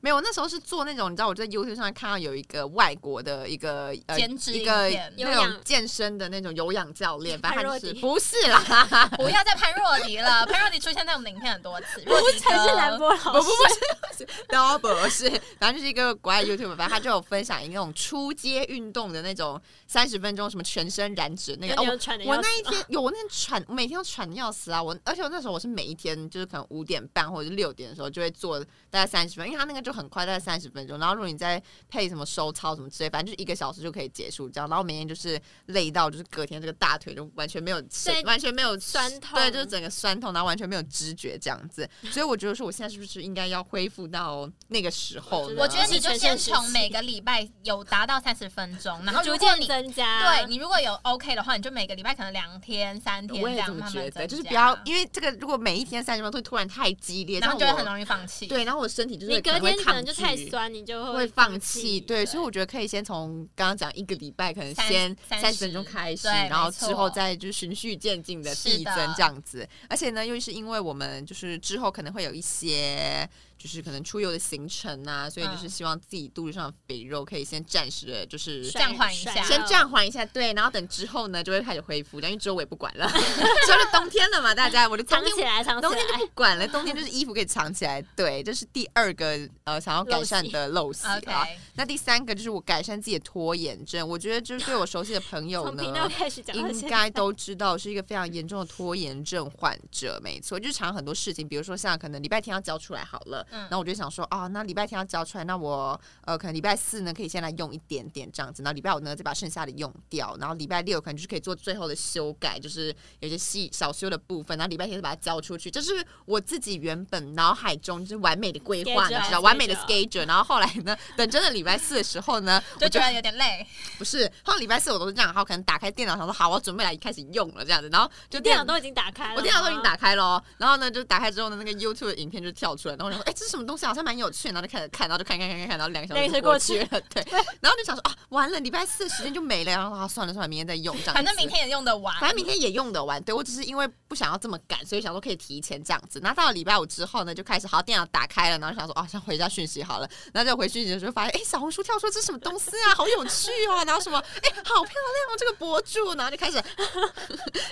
Speaker 2: 没有，我那时候是做那种，你知道我在 YouTube 上看到有一个外国的一个呃
Speaker 1: 减脂
Speaker 2: 一
Speaker 1: 影
Speaker 2: 个
Speaker 1: 片
Speaker 2: 那
Speaker 3: 有
Speaker 2: 种
Speaker 3: 氧
Speaker 2: 健身的那种有氧教练，反正他就
Speaker 3: 潘若
Speaker 2: 是
Speaker 3: 迪
Speaker 2: 不是啦，
Speaker 1: 啊不要再潘若迪 了，潘若迪出现在我们的影片很多次，
Speaker 2: 啊
Speaker 1: 若迪
Speaker 3: 才是兰
Speaker 1: 哥。
Speaker 3: 博老
Speaker 2: 不
Speaker 3: 师
Speaker 2: 不，不是，都不是，反正就是一个国外 YouTube，反正他就有分享一个那种出街运动的那种三十分钟什么全身燃脂 那个，
Speaker 3: 跟
Speaker 2: 哦
Speaker 3: 你
Speaker 2: 我
Speaker 3: 有喘的
Speaker 2: 我
Speaker 3: 要死
Speaker 2: 那一 天有，我那天喘，我每天都喘的要死啊！我而且我那时候我是每一天就是可能五点半或者是六点的时候就会做大概三十分，因为它那个就很快，大概三十分钟。然后如果你再配什么收操什么之类，反正就是一个小时就可以结束这样。然后每天就是累到就是隔天这个大腿就完全没有神
Speaker 3: 对
Speaker 2: 完全没有
Speaker 3: 酸痛
Speaker 2: 对，就是整个酸痛，然后完全没有知觉这样子。所以我觉得说我现在是不是应该要恢复到那个时候呢？
Speaker 1: 我觉得你
Speaker 3: 是
Speaker 1: 就
Speaker 3: 全
Speaker 1: 先
Speaker 3: 盛时
Speaker 1: 从
Speaker 3: 期
Speaker 1: 每个礼拜有达到三十分钟，然后
Speaker 3: 逐
Speaker 1: 如果
Speaker 3: 渐
Speaker 1: 你
Speaker 3: 增加，
Speaker 1: 对你如果有 OK 的话，你就每个礼拜可能两天、三天
Speaker 2: 我
Speaker 1: 这
Speaker 2: 也这
Speaker 1: 样
Speaker 2: 么
Speaker 1: 慢慢
Speaker 2: 觉
Speaker 1: 增加，
Speaker 2: 得，就是不要，因为这个如果每一天三十分钟会突然太激烈，
Speaker 1: 然后
Speaker 2: 这
Speaker 1: 就
Speaker 2: 样
Speaker 1: 会
Speaker 2: 我
Speaker 1: 很容易放弃。
Speaker 2: 对，然后我身体就是
Speaker 3: 你隔
Speaker 2: 能会
Speaker 3: 天可
Speaker 2: 抗
Speaker 3: 能就太
Speaker 2: 拒
Speaker 3: 酸，你就
Speaker 2: 会
Speaker 3: 放
Speaker 2: 放弃，对，所以我觉得可以先从刚刚讲一个礼拜，可能
Speaker 1: 三
Speaker 2: 先
Speaker 1: 三
Speaker 2: 三十
Speaker 1: 十
Speaker 2: 分钟开始，
Speaker 1: 对没
Speaker 2: 然后之后
Speaker 1: 错
Speaker 2: 再就循序渐进的
Speaker 1: 是
Speaker 2: 递增
Speaker 1: 的
Speaker 2: 这样子。而且呢，又是因为我们就是之后可能会有一些就是可能出游的行程啊，所以就是
Speaker 1: 嗯
Speaker 2: 希望自己肚子上的肥肉可以先暂时的，就是
Speaker 3: 甩
Speaker 1: 暂缓一
Speaker 3: 甩
Speaker 1: 下
Speaker 2: 先
Speaker 3: 掉
Speaker 2: 暂缓一下，对，然后等之后呢就会开始恢复，因为之后我也不管了， 所以就冬天了嘛，大家我的冬
Speaker 3: 藏
Speaker 2: 天
Speaker 3: 起来，藏起
Speaker 2: 冬天就
Speaker 3: 来
Speaker 2: 不。管了，冬天就是衣服可以藏起来。对，这是第二个呃想要改善的陋习啊。
Speaker 1: ，OK，
Speaker 2: 那第三个就是我改善自己的拖延症，我觉得就是对我熟悉的朋友
Speaker 3: 从频道
Speaker 2: 呢。
Speaker 3: 开始讲到
Speaker 2: 应
Speaker 3: 现在，
Speaker 2: 该都知道是一个非常严重的拖延症患者，没错，日常很多事情，比如说像可能礼拜天要交出来好了，
Speaker 1: 嗯
Speaker 2: 那我就想说啊，那礼拜天要交出来，那我呃可能礼拜四呢可以先来用一点点这样子，然后礼拜五呢再把剩下的用掉，然后礼拜六可能就是可以做最后的修改，就是有些细小修的部分，然后礼拜天就把它交出去，这是我自己原本脑海中就是完美的规划，你
Speaker 3: Schedule，
Speaker 2: 知道完美的
Speaker 3: schedule
Speaker 2: schedule，然后后来呢，等真的礼拜四的时候 呢，我
Speaker 1: 就觉得有点 累，
Speaker 2: 不是，后来礼拜四我都是这样，然后可能打开电脑想说好，我要准备来开始用了这样子，然后就
Speaker 3: 电脑都已经打开了，
Speaker 2: 我电脑都已经，打开了哦，然后呢就打开之后呢，那个 YouTube 的影片就跳出来，然后我想说哎、这是什么东西，好像蛮有趣的，然后就开始看，然后就看看看看看，然后两个小
Speaker 3: 那
Speaker 2: 时就
Speaker 3: 个
Speaker 2: 是过
Speaker 3: 过
Speaker 2: 去
Speaker 3: 去
Speaker 2: 了，对， 然后就想说啊完了，礼拜四时间就没了，然后啊算了算了，明天再用这样子，
Speaker 1: 反正明。天也用得完。
Speaker 2: 反正明天也用得完，对我只是因为不想要这么赶，所以想说可以提前这样子。那到了礼拜五之后呢，就开始好电脑打开了，然后想说哦，先回一下讯息好了。然后就回讯息的时候发现，哎、小红书跳出这是什么东西啊，好 有趣哦。然后什么，哎、好漂亮哦，这个博主。然后就开始，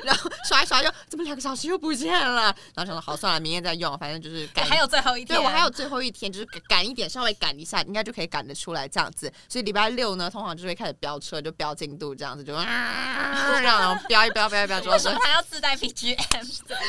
Speaker 2: 然后刷一刷就怎么两个小时又不见了。然后想说好算了，明天再用，反正就是
Speaker 1: 对
Speaker 2: 赶
Speaker 1: 还有最后一天，
Speaker 2: 对我还有最后一天，就是赶一点，稍微赶一下，应该就可以赶得出来这样子。所以礼拜六呢，通常就会开始飙车，就飙进度这样子，就啊，然后飙一飙，飙一飙之后
Speaker 1: 为什么还要自 带 BGM？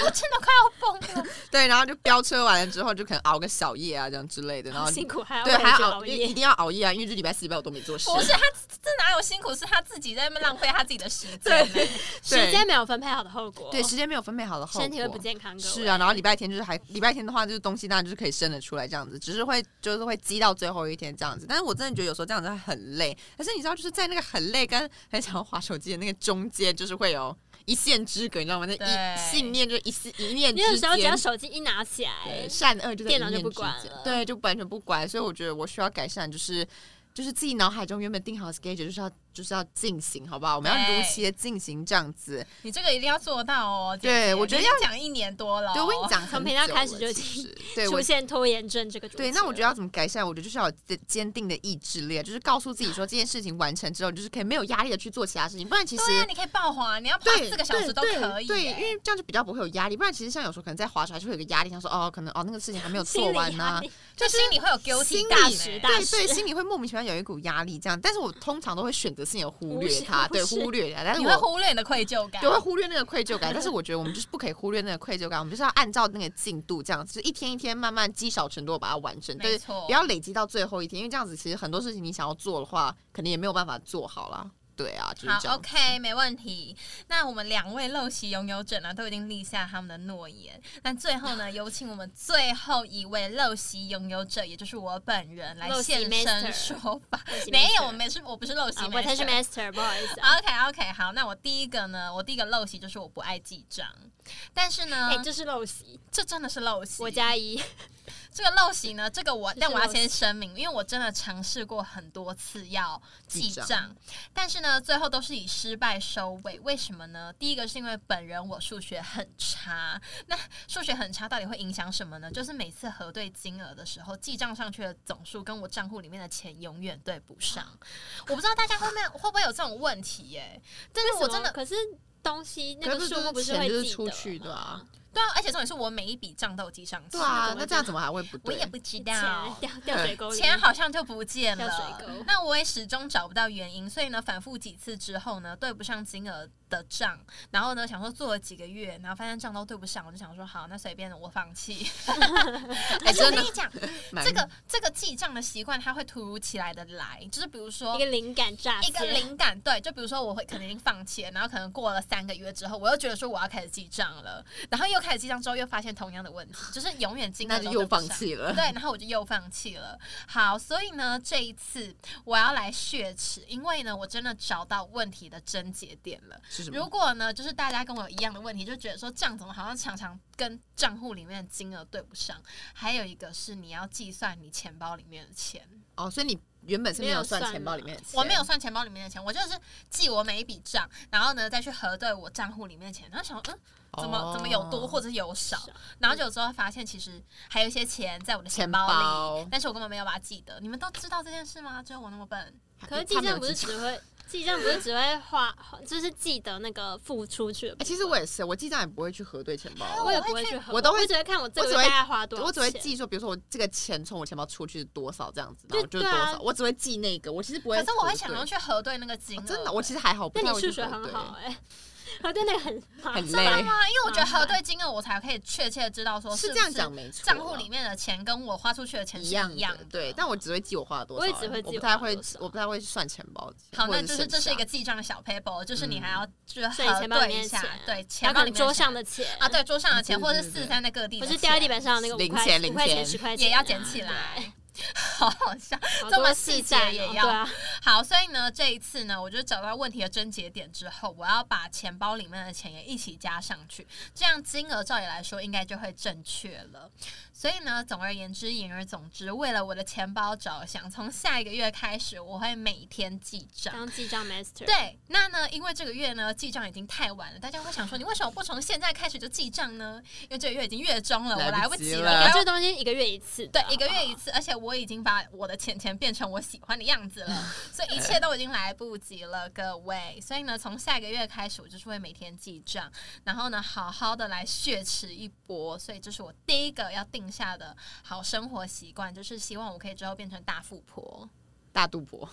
Speaker 1: 我真的快要疯了。
Speaker 2: 对，然后就飙车完了之后，就可能熬个小夜啊，这样之类的，然
Speaker 3: 好
Speaker 2: 后
Speaker 3: 辛苦，还要
Speaker 2: 对，还
Speaker 3: 回去
Speaker 2: 要
Speaker 3: 熬
Speaker 2: 熬，一
Speaker 3: 夜，
Speaker 2: 定要熬夜啊，因为这礼拜四、礼拜五都没做事。
Speaker 1: 不是他这哪有辛苦，是他自己在那边浪费他自己的时间。
Speaker 2: 对，
Speaker 3: 时间没有分配好的后果，
Speaker 2: 对，时间没有分配好的后果，
Speaker 3: 身体会不健康。各位
Speaker 2: 是啊，，然后礼拜天就是还礼拜天的话，就是东西当然就是可以生得出来这样子，只是会就是会积到最后一天这样子。但是我真的觉得有时候这样子会很累，可是你知道就是在那个很累跟很想要划手机的那个中间，就是会有一线之隔，你知道吗？那
Speaker 1: 对
Speaker 2: 一信念就一丝一念
Speaker 3: 你有
Speaker 2: 之
Speaker 3: 时候只要
Speaker 2: 间。
Speaker 3: 手机一拿起来
Speaker 2: 对，善恶就在
Speaker 3: 电脑
Speaker 2: 一
Speaker 3: 就
Speaker 2: 念
Speaker 3: 不
Speaker 2: 之
Speaker 3: 管
Speaker 2: 间
Speaker 3: 了
Speaker 2: 对，就完全不管。所以我觉得我需要改善，就是就是自己脑海中原本定好的 schedule，就是要就是要进行，好不好？我们要如
Speaker 1: 对
Speaker 2: 期的进行这样子。
Speaker 1: 你这个一定要做到哦。姐
Speaker 2: 对
Speaker 1: 姐
Speaker 2: 我觉得
Speaker 1: 你已经讲一年多了哦，
Speaker 2: 对，我跟你讲很久了，
Speaker 3: 从频道开始就已
Speaker 2: 其
Speaker 3: 经
Speaker 2: 实对我
Speaker 3: 出现拖延症这个主题
Speaker 2: 对，
Speaker 3: 了。
Speaker 2: 那我觉得要怎么改善？我觉得就是要有坚坚定的意志力，啊就是告诉自己说这件事情完成之后，你就是可以没有压力的去做其他事情，不然其实。
Speaker 1: 对啊，你可以爆啊滑，你要爬
Speaker 2: 对，
Speaker 1: 四个小时都
Speaker 2: 对
Speaker 1: 可以耶。
Speaker 2: 对，因为这样就比较不会有压力。不然其实像有时候可能在滑手还是会有一个压力，想说哦，可能哦那个事情还没有
Speaker 3: 心
Speaker 2: 做
Speaker 3: 理
Speaker 2: 完啊
Speaker 3: 压
Speaker 2: 呢、
Speaker 3: 力
Speaker 1: 就心里会有 guilty
Speaker 2: 心
Speaker 1: 大
Speaker 2: 里
Speaker 1: 使
Speaker 3: 大
Speaker 2: 对
Speaker 3: 使
Speaker 2: 对，心里会莫名其妙有一股压力这样。但是我通常都会选择性的忽
Speaker 3: 无
Speaker 2: 略
Speaker 3: 视
Speaker 2: 它，
Speaker 3: 无
Speaker 2: 对，
Speaker 3: 视
Speaker 2: 忽略它。但是
Speaker 1: 你会
Speaker 2: 我
Speaker 1: 忽略你的愧疚感
Speaker 2: 就。会忽略那个愧 疚感，但是我觉得我们就是不可以忽略那个愧疚感，我们就是要按照那个进度这样，就是一天一天慢慢积少成多把它完成，
Speaker 1: 没
Speaker 2: 对，
Speaker 1: 错
Speaker 2: 不要累积到最后一天，因为这样子其实很多事情你想要做的话，可能也没有办法做好啦。对啊，就是这
Speaker 1: 好
Speaker 2: 样。
Speaker 1: ，OK，没问题。那我们两位陋习拥有者呢，都已经立下他们的诺言。那最后呢，有请我们最后一位陋习拥有者，也就是我本人来
Speaker 3: 陋习
Speaker 1: 现身
Speaker 3: master
Speaker 1: 说法。
Speaker 3: 陋习
Speaker 1: 没有，
Speaker 3: master
Speaker 1: 我没是，我不是陋习
Speaker 3: 啊
Speaker 1: master，
Speaker 3: 我才是 master，不好意思啊。
Speaker 1: OK OK，好，那我第一个呢，我第一个陋习就是我不爱记账，但是呢，
Speaker 2: 嗯
Speaker 3: 哎，这是陋习，
Speaker 1: 这真的是陋习。
Speaker 3: 我加一。
Speaker 1: 这个陋习呢，这个我，
Speaker 3: 这是
Speaker 1: 但我要
Speaker 3: 陋
Speaker 1: 先声明，因为我真的尝试过很多次要记
Speaker 2: 记账
Speaker 1: 账，但是呢，最后都是以失败收尾。为什么呢？第一个是因为本人我数学很差，那数学很差到底会影响什么呢？就是每次核对金额的时候，记账上去的总数跟我账户里面的钱永远对不上。我不知道大家后面会不会有这种问题耶、但是我真的
Speaker 3: 可是东西那
Speaker 2: 可
Speaker 3: 个
Speaker 2: 是
Speaker 3: 数目不
Speaker 2: 这
Speaker 3: 是
Speaker 2: 钱
Speaker 3: 会
Speaker 2: 就是
Speaker 3: 记
Speaker 2: 出
Speaker 3: 得
Speaker 2: 去的
Speaker 3: 吗
Speaker 2: 啊，
Speaker 1: 对啊，而且重点是我每一笔账都有记上去，
Speaker 2: 对啊
Speaker 3: 怎么，
Speaker 2: 那
Speaker 3: 会
Speaker 2: 这样怎么还会不
Speaker 1: 我
Speaker 2: 对？
Speaker 1: 也不知道
Speaker 3: 钱。掉掉水沟里面，
Speaker 1: 钱好像就不见
Speaker 3: 掉水
Speaker 1: 了
Speaker 3: 沟。
Speaker 1: 那我也始终找不到原因，所以呢，反复几次之后呢，对不上金额的账，然后呢，想说做了几个月，然后发现账都对不上，我就想说好，那随便我放弃。 而且我
Speaker 2: 哎真的
Speaker 1: 跟你讲，
Speaker 2: 蛮
Speaker 1: 这个这个记账的习惯，它会突如其来的来，就是比如说
Speaker 3: 一。个灵感乍
Speaker 1: 一个
Speaker 3: 现，
Speaker 1: 灵感，对，就比如说我会可能已经放弃了，然后可能过了三个月之后，我又觉得说我要开始记账了，然后又开始记账之后又发现同样的问 题，就是永远金额
Speaker 2: 那
Speaker 1: 都
Speaker 2: 就
Speaker 1: 对不
Speaker 2: 又放
Speaker 1: 上
Speaker 2: 弃了。
Speaker 1: 对，然后我就又放弃了。好，所以呢，这一次我要来血耻，因为呢，我真的找到问题的症结点了。
Speaker 2: 是什
Speaker 1: 如
Speaker 2: 么？
Speaker 1: 果呢，就是大家跟我有一样的问题，就觉得说账怎么好像常常跟账户里面的金额对不上，还有一个是你要计算你钱包里面的钱。
Speaker 2: 哦，所以你原本是没
Speaker 3: 没
Speaker 2: 有
Speaker 3: 有
Speaker 2: 算
Speaker 3: 算
Speaker 2: 钱包
Speaker 3: 嘛
Speaker 2: 里面的钱，
Speaker 1: 啊我没有算钱包里面的钱，我就是记我每一笔账，然后呢再去核对我账户里面的钱，然后想嗯。怎么怎么有多
Speaker 2: 哦
Speaker 1: 或者是有少
Speaker 3: 少，
Speaker 1: 然后就之后发现其实还有一些钱在我的
Speaker 2: 钱
Speaker 1: 包里，
Speaker 2: 包
Speaker 1: 但是我根本没有把它记得。你们都知道这件事吗？只有我那么笨。
Speaker 3: 可是记
Speaker 2: 啊他没有
Speaker 3: 账不是
Speaker 2: 记
Speaker 3: 只会记账不是只会画， 就是记得那个付出去的
Speaker 2: 哎，
Speaker 3: 部分。
Speaker 2: 其实我也是，我记账也不会去核对钱包，
Speaker 3: 我也不会去
Speaker 1: 我
Speaker 3: 核，
Speaker 2: 我都会
Speaker 3: 只会看我这
Speaker 2: 我
Speaker 3: 个
Speaker 2: 只
Speaker 3: 月
Speaker 2: 会
Speaker 3: 大概花多少钱，
Speaker 2: 我只会记说，比如说我这个钱从我钱包出去是多少这样子，
Speaker 3: 对
Speaker 2: 然后就是多
Speaker 3: 对
Speaker 2: 少，
Speaker 3: 啊
Speaker 2: 我只会记那个，我其实不会
Speaker 1: 可
Speaker 2: 核
Speaker 1: 是
Speaker 2: 对。
Speaker 1: 我会想要去核对那个金额、
Speaker 2: 哦真的，我其实还好，不
Speaker 3: 那
Speaker 2: 太
Speaker 3: 你
Speaker 2: 会
Speaker 3: 数
Speaker 2: 去
Speaker 3: 学
Speaker 2: 核
Speaker 3: 很
Speaker 2: 对
Speaker 3: 好哎、 我真的很
Speaker 2: 很
Speaker 1: 真的
Speaker 2: 累，
Speaker 1: 啊吗？因为我觉得
Speaker 3: 麻烦
Speaker 1: 核对金额，我才可以确切地知道说
Speaker 2: 是
Speaker 1: 不
Speaker 2: 这样讲没错啦。
Speaker 1: 账户里面的钱跟我花出去的钱是
Speaker 2: 一样
Speaker 1: 样
Speaker 2: 的，对，但我只会记我花了多少，
Speaker 3: 我也只会记
Speaker 2: 我不
Speaker 3: 我
Speaker 2: 太
Speaker 3: 花了
Speaker 2: 会
Speaker 3: 多，少
Speaker 2: 我不太会算钱包。
Speaker 1: 好，
Speaker 2: 或
Speaker 1: 那
Speaker 2: 者
Speaker 1: 就是这是一
Speaker 2: 剩
Speaker 1: 个
Speaker 2: 下
Speaker 1: 记账的小 paper，就是你
Speaker 2: 嗯
Speaker 1: 还要去
Speaker 3: 所以
Speaker 1: 核
Speaker 3: 钱包里
Speaker 1: 对
Speaker 3: 面
Speaker 1: 一
Speaker 3: 的
Speaker 1: 下
Speaker 3: 钱，
Speaker 1: 对，
Speaker 3: 然
Speaker 1: 钱
Speaker 3: 后
Speaker 1: 包
Speaker 3: 可
Speaker 1: 里
Speaker 3: 能
Speaker 1: 面
Speaker 3: 桌
Speaker 1: 的钱
Speaker 3: 上的钱
Speaker 1: 啊，，对，桌上的钱
Speaker 2: 嗯
Speaker 1: 或者是
Speaker 2: 对对
Speaker 1: 四三在各地
Speaker 3: 或
Speaker 1: 的
Speaker 3: 是
Speaker 1: 钱，
Speaker 3: 掉在地板上的那个
Speaker 2: 零
Speaker 3: 五块
Speaker 2: 钱
Speaker 3: 五
Speaker 2: 零
Speaker 3: 块钱
Speaker 2: 钱
Speaker 3: 十块钱
Speaker 1: 也要
Speaker 3: 啊
Speaker 1: 捡起来， 好好笑。
Speaker 3: 好
Speaker 1: 这
Speaker 3: 多
Speaker 1: 么
Speaker 3: 细
Speaker 1: 细节
Speaker 3: 账
Speaker 1: 也
Speaker 3: 哦
Speaker 1: 要
Speaker 3: 对啊，
Speaker 1: 好，所以呢，这一次呢，我就找到问题的症结点之后，我要把钱包里面的钱也一起加上去，这样金额照理来说应该就会正确了。所以呢，总而言之，言而总之，为了我的钱包着想，从下一个月开始，我会每天记账。
Speaker 3: 当记账 master。
Speaker 1: 对，那呢？因为这个月呢，记账已经太晚了，大家会想说，你为什么不从现在开始就记账呢？因为这个月已经月中了，我
Speaker 2: 来
Speaker 1: 来
Speaker 2: 不
Speaker 1: 不
Speaker 2: 及
Speaker 1: 及
Speaker 2: 了
Speaker 1: 了。
Speaker 3: 哎，
Speaker 1: 然后
Speaker 3: 这个东西一个月一次的，
Speaker 1: 对，一个月一
Speaker 3: 次，
Speaker 1: 次，而且我已经把我的钱钱变成我喜欢的样子了，所以一切都已经来不及了，各位。所以呢，从下个月开始，我就是会每天记账，然后呢，好好的来血池一波。所以这是我第一个要定下的好生活习惯，就是希望我可以之后变成大富婆，。
Speaker 2: 大肚婆，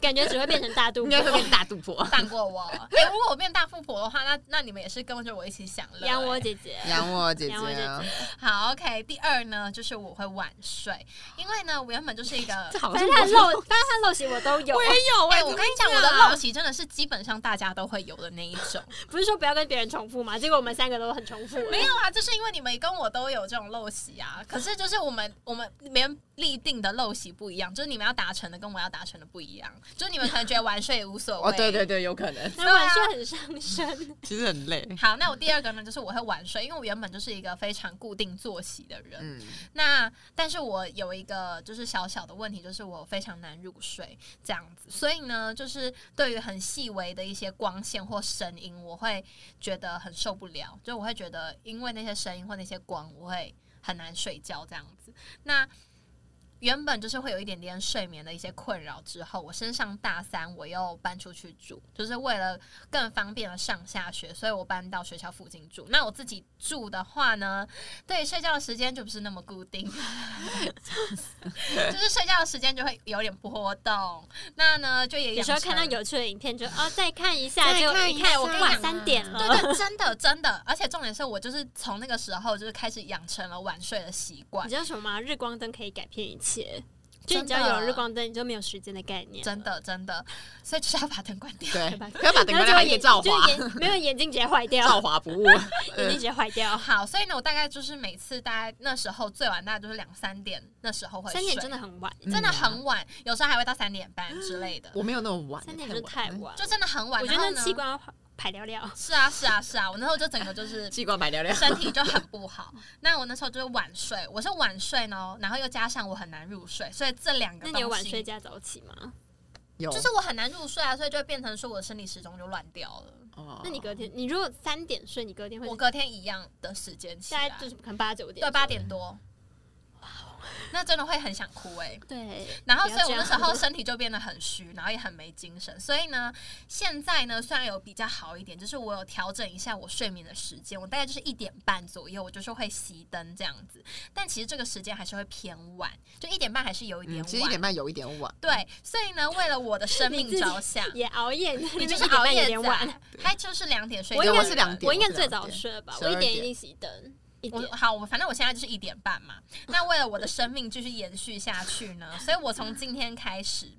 Speaker 3: 感觉只会变成大肚
Speaker 2: 应
Speaker 3: 婆，
Speaker 2: 该会变大肚婆
Speaker 1: 放过我。哎、如果我变大富婆的话，那那你们也是跟着我一起享乐、
Speaker 3: 养
Speaker 1: 哎
Speaker 3: 我姐姐，
Speaker 2: 养我姐姐
Speaker 3: 养我姐
Speaker 2: 啊，
Speaker 3: 姐，
Speaker 1: 好，OK。第二呢，就是我会晚睡，因为呢，我原本就是一个
Speaker 2: 这好
Speaker 3: 反
Speaker 2: 像
Speaker 3: 正她的陋，但是她的陋习我都有，
Speaker 2: 有
Speaker 1: 哎、我跟你讲，我的
Speaker 2: 啊
Speaker 1: 陋习真的是基本上大家都会有的那一 种。
Speaker 3: 不是说不要跟别人重复嘛，结果我们三个都很重复，
Speaker 1: 没有啊，就是因为你们跟我都有这种陋习啊。可是就是我们我们连立定的陋习不一样，就是你们要达成的跟我要达成的不一样，就是你们可能觉得晚睡也无 所谓。
Speaker 2: 哦，对对对，有可能，
Speaker 3: 那晚睡很伤身。
Speaker 2: 其实很累。
Speaker 1: 好，那我第二个呢，就是我会晚睡，因为我原本就是一个非常固定作息的人。
Speaker 2: 嗯，
Speaker 1: 那但是我有一个就是小小的问题，就是我非常难入睡这样子，所以呢，就是对于很细微的一些光线或声音，我会觉得很受不了，就我会觉得因为那些声音或那些光，我会很难睡觉这样子。那原本就是会有一点点睡眠的一些困扰，之后我升上大三，我又搬出去住，就是为了更方便的上下学，所以我搬到学校附近住。那我自己住的话呢，对睡觉的时间就不是那么固定， 就是睡觉的时间就会有点波动。那呢，就也
Speaker 3: 有
Speaker 1: 养
Speaker 3: 时候
Speaker 1: 成
Speaker 3: 看到有趣的影片就，哦再看一下，
Speaker 2: 再
Speaker 3: 就
Speaker 2: 看一
Speaker 3: 一看我
Speaker 2: 下
Speaker 3: 哇三点了，
Speaker 1: 对对，真的真的，而且重点是我就是从那个时候就是开始养成了晚睡的习惯
Speaker 3: 你，知道什么吗？日光灯可以改变一切，就你只
Speaker 1: 真的
Speaker 3: 要有了日光灯，你就没有时间的概念，
Speaker 1: 真。的真的，所以就是要把灯关掉。
Speaker 2: 对，
Speaker 3: 拜拜
Speaker 2: 不要把灯
Speaker 3: 然后
Speaker 2: 关掉，还
Speaker 3: 就会
Speaker 2: 可以
Speaker 3: 眼
Speaker 2: 照
Speaker 3: 就
Speaker 2: 滑
Speaker 3: 是，眼没有眼睛直接坏 掉，
Speaker 2: 照滑不误。
Speaker 3: 眼睛直接坏掉。
Speaker 1: 好，所以呢，我大概就是每次大概那时候最晚大概就是两三点，那时 候会
Speaker 3: 三点
Speaker 1: 睡
Speaker 3: 真的很晚，
Speaker 1: 真的很晚，有时候还会到三点半之类的，
Speaker 2: 我没有那么晚，
Speaker 3: 三点真的太晚了，
Speaker 1: 就真的很晚。
Speaker 3: 我觉
Speaker 1: 然
Speaker 3: 得
Speaker 1: 后
Speaker 3: 那
Speaker 1: 呢
Speaker 3: 器官要排掉掉。
Speaker 1: 是啊是啊是啊，我那时候就整个就是
Speaker 2: 器官白聊聊。
Speaker 1: 身体就很不好。那我那时候就是晚睡，我是晚睡呢，然后又加上我很难入睡，所以这两个东
Speaker 3: 那
Speaker 1: 西
Speaker 3: 你有晚睡加早起吗？
Speaker 2: 有
Speaker 1: 就是我很难入睡啊，所以就会变成说我的生理时钟就乱掉了。
Speaker 2: 哦
Speaker 3: 那你隔天，你如果三点睡，你隔天会
Speaker 1: 我隔天一样的时间起
Speaker 3: 大
Speaker 1: 来，
Speaker 3: 概就是可能八九点，
Speaker 1: 哦对八点多，那真的会很想哭哎、
Speaker 3: 对。
Speaker 1: 然后，
Speaker 3: 不
Speaker 1: 所
Speaker 3: 要
Speaker 1: 以我那
Speaker 3: 这
Speaker 1: 时
Speaker 3: 样
Speaker 1: 候身体就变得很虚，然后也很没精神。所以呢，现在呢，虽然有比较好一点，就是我有调整一下我睡眠的时间，我大概就是一点半左右，我就是会熄灯这样子。但其实这个时间还是会偏晚，就一点半还是有一点
Speaker 2: 嗯，
Speaker 1: 晚。
Speaker 2: 其实一点半有一点晚，
Speaker 1: 对，所以呢，为了我的生命
Speaker 3: 你自己
Speaker 1: 着想，
Speaker 3: 也熬夜，
Speaker 1: 你
Speaker 3: 你
Speaker 1: 就是
Speaker 3: 一点
Speaker 1: 熬
Speaker 3: 半有
Speaker 1: 夜
Speaker 3: 点晚。
Speaker 1: 仔，他就是两点睡
Speaker 3: 我
Speaker 1: 觉。
Speaker 3: 应该
Speaker 2: 是两点
Speaker 3: 我应该
Speaker 2: 我是
Speaker 3: 最
Speaker 2: 两
Speaker 3: 早
Speaker 2: 点
Speaker 3: 睡了吧？
Speaker 2: 十
Speaker 3: 我一
Speaker 2: 二
Speaker 3: 点一
Speaker 2: 点
Speaker 3: 定熄灯，一
Speaker 1: 我
Speaker 3: 点。
Speaker 1: 好，我反正我现在就是一点半嘛。那为了我的生命继续延续下去呢，所以我
Speaker 3: 嗯
Speaker 1: 从今天开始，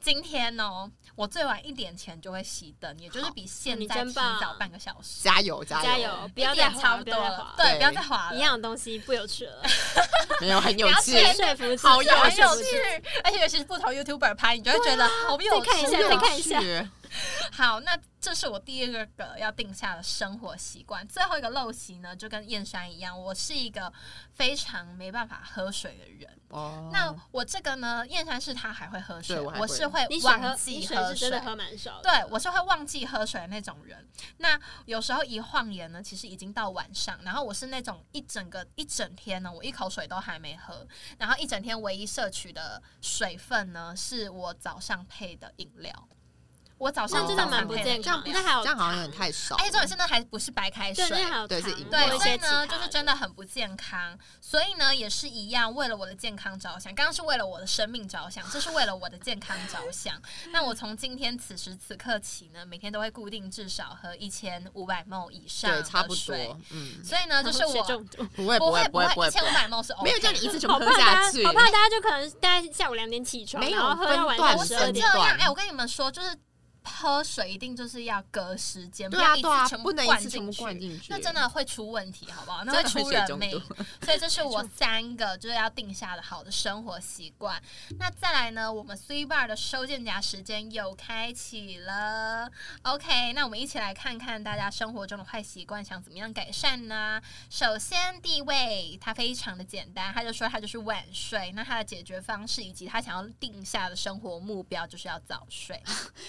Speaker 1: 今天哦，我最晚一点前就会熄灯，也就是比现
Speaker 3: 你
Speaker 1: 在
Speaker 3: 真
Speaker 1: 提
Speaker 3: 棒
Speaker 1: 早半个小时。
Speaker 2: 加油加
Speaker 3: 加油，不
Speaker 1: 一
Speaker 3: 要再
Speaker 1: 点
Speaker 3: 滑
Speaker 1: 差不
Speaker 3: 不
Speaker 1: 多
Speaker 3: 要再
Speaker 1: 了
Speaker 3: 滑，
Speaker 1: 对，
Speaker 2: 对
Speaker 1: 不要再滑了，
Speaker 3: 一样的东西不有趣了，
Speaker 2: 没有很有
Speaker 1: 不要
Speaker 2: 趣，
Speaker 1: 对
Speaker 3: 说服自己，
Speaker 2: 好有
Speaker 1: 很
Speaker 2: 趣
Speaker 1: 有
Speaker 3: 说服
Speaker 1: 趣
Speaker 3: 自己。
Speaker 1: 而且尤其是不同 YouTuber 拍，你就会觉得好有
Speaker 3: 啊再看一
Speaker 1: 趣
Speaker 3: 下
Speaker 1: 哦
Speaker 3: 再看一下
Speaker 2: 下。
Speaker 1: 好，那这是我第二个要定下的生活习惯。最后一个陋习呢，就跟燕山一样，我是一个非常没办法喝水的人。
Speaker 2: 哦，
Speaker 1: 那我这个呢，燕山是他还会喝水，
Speaker 2: 对我
Speaker 1: 我
Speaker 2: 还
Speaker 1: 是
Speaker 2: 会
Speaker 1: 会
Speaker 3: 你水喝
Speaker 1: 忘，
Speaker 3: 你
Speaker 1: 记
Speaker 3: 水
Speaker 1: 喝
Speaker 3: 是真的喝蛮少的。
Speaker 1: 对，我是会忘记喝水的那种人。那有时候一晃眼呢，其实已经到晚上，然后我是那种一整个一整天呢，我一口水都还没喝，然后一整天唯一摄取的水分呢，是我早上配的饮料。我早上
Speaker 3: 那真的
Speaker 1: 早上
Speaker 3: 蛮不
Speaker 1: 配的
Speaker 3: 健
Speaker 1: 饮
Speaker 3: 康
Speaker 1: 料
Speaker 3: 的，那还有
Speaker 2: 这样好像有点太少
Speaker 1: 而。且重点是那还不是白开
Speaker 3: 对，
Speaker 1: 水，
Speaker 3: 那还有
Speaker 2: 对是
Speaker 3: 糖
Speaker 2: 饮
Speaker 3: 或
Speaker 1: 对，
Speaker 2: 料
Speaker 3: 嗯一
Speaker 1: 所以
Speaker 3: 些其
Speaker 1: 呢，
Speaker 3: 他
Speaker 1: 就是真的很不健康。所以呢，也是一样，为了我的健康着想，刚刚是为了我的生命着想，这是为了我的健康着想。
Speaker 3: 嗯
Speaker 1: 那我从今天此时此刻起呢，每天都会固定至少喝一千五百 ml 以上
Speaker 2: 对，
Speaker 1: 的
Speaker 2: 差不
Speaker 1: 水
Speaker 2: 多。。嗯，
Speaker 1: 所以呢，就是
Speaker 3: 水
Speaker 1: 我
Speaker 3: 中毒。
Speaker 2: 不会
Speaker 1: 不
Speaker 2: 会
Speaker 1: 会
Speaker 2: 不会
Speaker 1: 不
Speaker 2: 不会
Speaker 1: 一，千五百哦 ml 是 OK，
Speaker 2: 没有叫你一次全部
Speaker 3: 好怕
Speaker 2: 喝
Speaker 3: 大
Speaker 2: 下
Speaker 3: 家，
Speaker 2: 去
Speaker 3: 好。怕大家就可能大概下午两点起床，
Speaker 2: 没有
Speaker 3: 然后喝到晚
Speaker 1: 我
Speaker 3: 上
Speaker 2: 分
Speaker 1: 是这
Speaker 3: 十
Speaker 2: 段
Speaker 3: 二点。
Speaker 1: 样。
Speaker 2: 段
Speaker 1: 哎、我跟你们说，就是喝水一定就是要隔时间，
Speaker 2: 对啊
Speaker 1: 不
Speaker 2: 对
Speaker 1: 要一
Speaker 2: 啊
Speaker 1: 次，全
Speaker 2: 不
Speaker 1: 部
Speaker 2: 能一
Speaker 1: 灌
Speaker 2: 次全
Speaker 1: 进
Speaker 2: 部
Speaker 1: 去。
Speaker 2: 灌进去，
Speaker 1: 那真的会出问题，好不 好？那
Speaker 2: 真的会
Speaker 1: 出
Speaker 2: 水
Speaker 1: 人
Speaker 2: 中
Speaker 1: 命
Speaker 2: 毒。
Speaker 1: 所以这是我三个就是要定下的好的生活习惯。那再来呢，我们 C bar 的收件夹时间又开启了。OK，那我们一起来看看大家生活中的坏习惯想怎么样改善呢？首先第一位，他非常的简单，他就说他就是晚睡。那他的解决方式以及他想要定下的生活目标就是要早睡。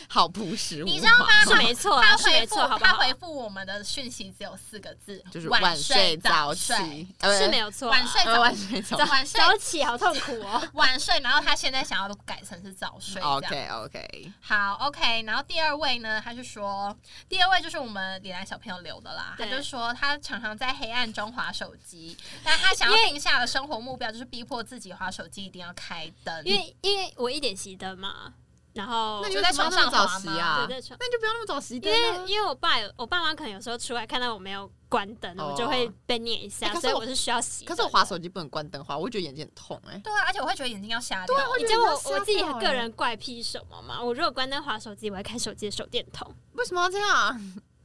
Speaker 2: 好朴实无华。
Speaker 1: 你知道吗
Speaker 3: 是没错啊，
Speaker 1: 他
Speaker 3: 是没
Speaker 1: 回复
Speaker 3: 错，好不
Speaker 1: 他
Speaker 3: 好？
Speaker 1: 回复我们的讯息只有四个字，
Speaker 2: 就是
Speaker 1: 晚
Speaker 2: 睡
Speaker 1: 早睡。
Speaker 2: 起，呃
Speaker 3: 是没有错啊，
Speaker 1: 晚睡
Speaker 2: 呃
Speaker 1: 早
Speaker 2: 晚睡早
Speaker 1: 早晚睡
Speaker 3: 早起好痛苦哦。
Speaker 1: 晚睡，然后他现在想要改成是早睡。这样
Speaker 2: OK OK，
Speaker 1: 好，OK。然后第二位呢，他是说，第二位就是我们李兰小朋友留的啦。他
Speaker 3: 对
Speaker 1: 就说他常常在黑暗中划手机，但他想要定下的生活目标就是逼迫自己划手机一定要开灯，
Speaker 3: 因为因为我一点熄灯嘛，然后
Speaker 2: 那
Speaker 1: 你
Speaker 2: 你
Speaker 1: 就
Speaker 2: 为
Speaker 1: 在
Speaker 2: 什么
Speaker 1: 床
Speaker 2: 要那么
Speaker 1: 上
Speaker 2: 早
Speaker 1: 滑
Speaker 2: 起
Speaker 1: 吗
Speaker 2: 啊
Speaker 3: 对？在床。
Speaker 2: 那你就不要那么早熄
Speaker 3: 因
Speaker 2: 灯啊。
Speaker 3: 为因为我爸有我爸妈可能有时候出来看到我没有关灯，
Speaker 2: 哦
Speaker 3: 我就会被念一下，
Speaker 2: 哎可是
Speaker 3: 所以
Speaker 2: 我
Speaker 3: 我是需要洗。
Speaker 2: 可是我滑手机不能关灯滑，我会觉得眼睛很痛哎。
Speaker 1: 对啊，而且我会觉得眼睛要瞎掉。
Speaker 2: 我
Speaker 3: 你
Speaker 2: 觉
Speaker 3: 知
Speaker 2: 得
Speaker 3: 道啊我
Speaker 2: 要吓
Speaker 3: 我自己
Speaker 2: 到欸
Speaker 3: 个人怪癖什么吗？我如果关灯划手机，我会看手机的手电筒，
Speaker 2: 为什么要这样？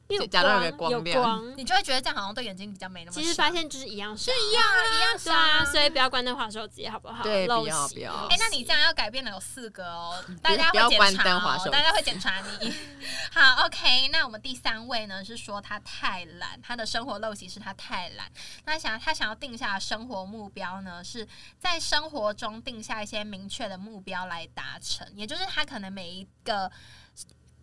Speaker 3: 因为有
Speaker 2: 假装有个
Speaker 3: 光有
Speaker 2: 光亮
Speaker 1: 你就会觉得这样好像对眼睛比较没那么
Speaker 3: 其实
Speaker 1: 伤
Speaker 3: 发现就是一样是
Speaker 1: 一样啊，一样
Speaker 3: 对
Speaker 1: 伤
Speaker 3: 啊，所以不要关灯划手机，好不好？
Speaker 2: 对
Speaker 3: 陋
Speaker 2: 不要
Speaker 3: 习
Speaker 2: 不要
Speaker 3: 陋
Speaker 1: 哎、那
Speaker 3: 习
Speaker 1: 你这样要改变了有四个哦，大家
Speaker 2: 嗯不要
Speaker 1: 会检
Speaker 2: 关
Speaker 1: 查
Speaker 2: 灯滑手
Speaker 1: 哦，
Speaker 2: 机
Speaker 1: 大家会检查你。好，OK，那我们第三位呢是说他太懒，他的生活陋习是他太懒。那想他想要定下的生活目标呢，是在生活中定下一些明确的目标来达成，也就是他可能每一个。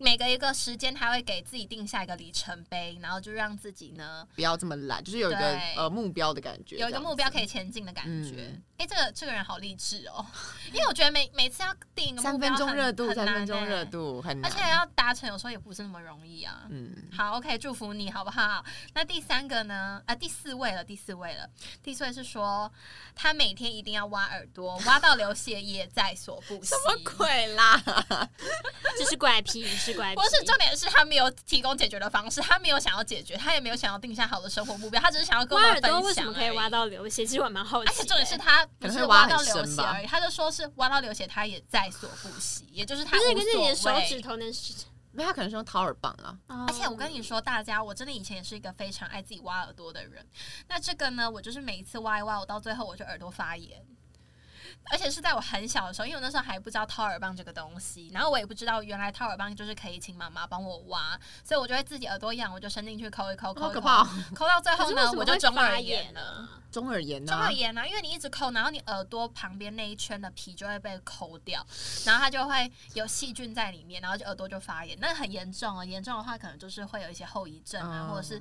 Speaker 1: 每隔一个时间，他会给自己定下一个里程碑，然后就让自己呢
Speaker 2: 不要这么懒，就是有一个
Speaker 1: 对
Speaker 2: 呃目标的感觉，
Speaker 1: 有一
Speaker 2: 这
Speaker 1: 个
Speaker 2: 样
Speaker 1: 目标
Speaker 2: 子
Speaker 1: 可以前进的感觉。
Speaker 2: 嗯
Speaker 1: 哎、这个这个人好励志哦，因为我觉得每每次要定一个目
Speaker 2: 三
Speaker 1: 标
Speaker 2: 分钟
Speaker 1: 很
Speaker 2: 热度，
Speaker 1: 很
Speaker 2: 三
Speaker 1: 难
Speaker 2: 分钟
Speaker 1: 欸
Speaker 2: 热度很
Speaker 1: 而
Speaker 2: 难，
Speaker 1: 且要达成有时候也不是那么容易啊。
Speaker 2: 嗯，
Speaker 1: 好，OK，祝福你好不好？那第三个呢？啊，第四位了，第四位了。第四位是说，他每天一定要挖耳朵，挖到流血也在所不惜。
Speaker 2: 鬼啦？
Speaker 3: 这是怪癖，是怪癖
Speaker 1: 不。是重点是他没有提供解决的方式，他没有想要解决，他也没有想要定下好的生活目标，他只是想要跟我
Speaker 3: 挖
Speaker 1: 们
Speaker 3: 耳
Speaker 1: 分享。
Speaker 3: 朵为什么可以挖？到流血？其实我蛮好奇
Speaker 1: 而
Speaker 3: 的。
Speaker 1: 且重点是他不
Speaker 2: 可能
Speaker 1: 是
Speaker 2: 会挖
Speaker 1: 到
Speaker 2: 很
Speaker 1: 流
Speaker 2: 深
Speaker 1: 血
Speaker 2: 吧
Speaker 1: 而已，他就说是挖到流血，他也在所不惜，也就是他
Speaker 3: 不是，
Speaker 1: 无
Speaker 3: 可是你的
Speaker 1: 所
Speaker 3: 手
Speaker 1: 谓
Speaker 3: 指头能是？
Speaker 2: 没有，他可能是用掏耳棒啊，
Speaker 1: 而且我跟你说，大家，我真的以前也是一个非常爱自己挖耳朵的人。那这个呢，我就是每一次挖一挖，我到最后我就耳朵发炎，而且是在我很小的时候，因为我那时候还不知道掏耳棒这个东西，然后我也不知道原来掏耳棒就是可以请妈妈帮我挖，所以我就会自己耳朵痒，我就伸进去抠一抠，
Speaker 2: 好
Speaker 1: 抠一抠，
Speaker 2: 可怕哦，
Speaker 1: 抠到最
Speaker 3: 可
Speaker 1: 后
Speaker 3: 是为
Speaker 1: 呢
Speaker 3: 什，么
Speaker 1: 我就
Speaker 3: 会
Speaker 1: 中耳
Speaker 3: 发
Speaker 1: 炎
Speaker 3: 炎
Speaker 1: 了。
Speaker 3: 呢？
Speaker 2: 中耳炎
Speaker 1: 中耳
Speaker 2: 啊，
Speaker 1: 炎啊，因为你一直抠，然后你耳朵旁边那一圈的皮就会被抠掉，然后它就会有细菌在里面，然后就耳朵就发炎，那很严重哦。严重的话，可能就是会有一些后遗症啊，
Speaker 2: 嗯
Speaker 1: 或者
Speaker 3: 哦
Speaker 1: 是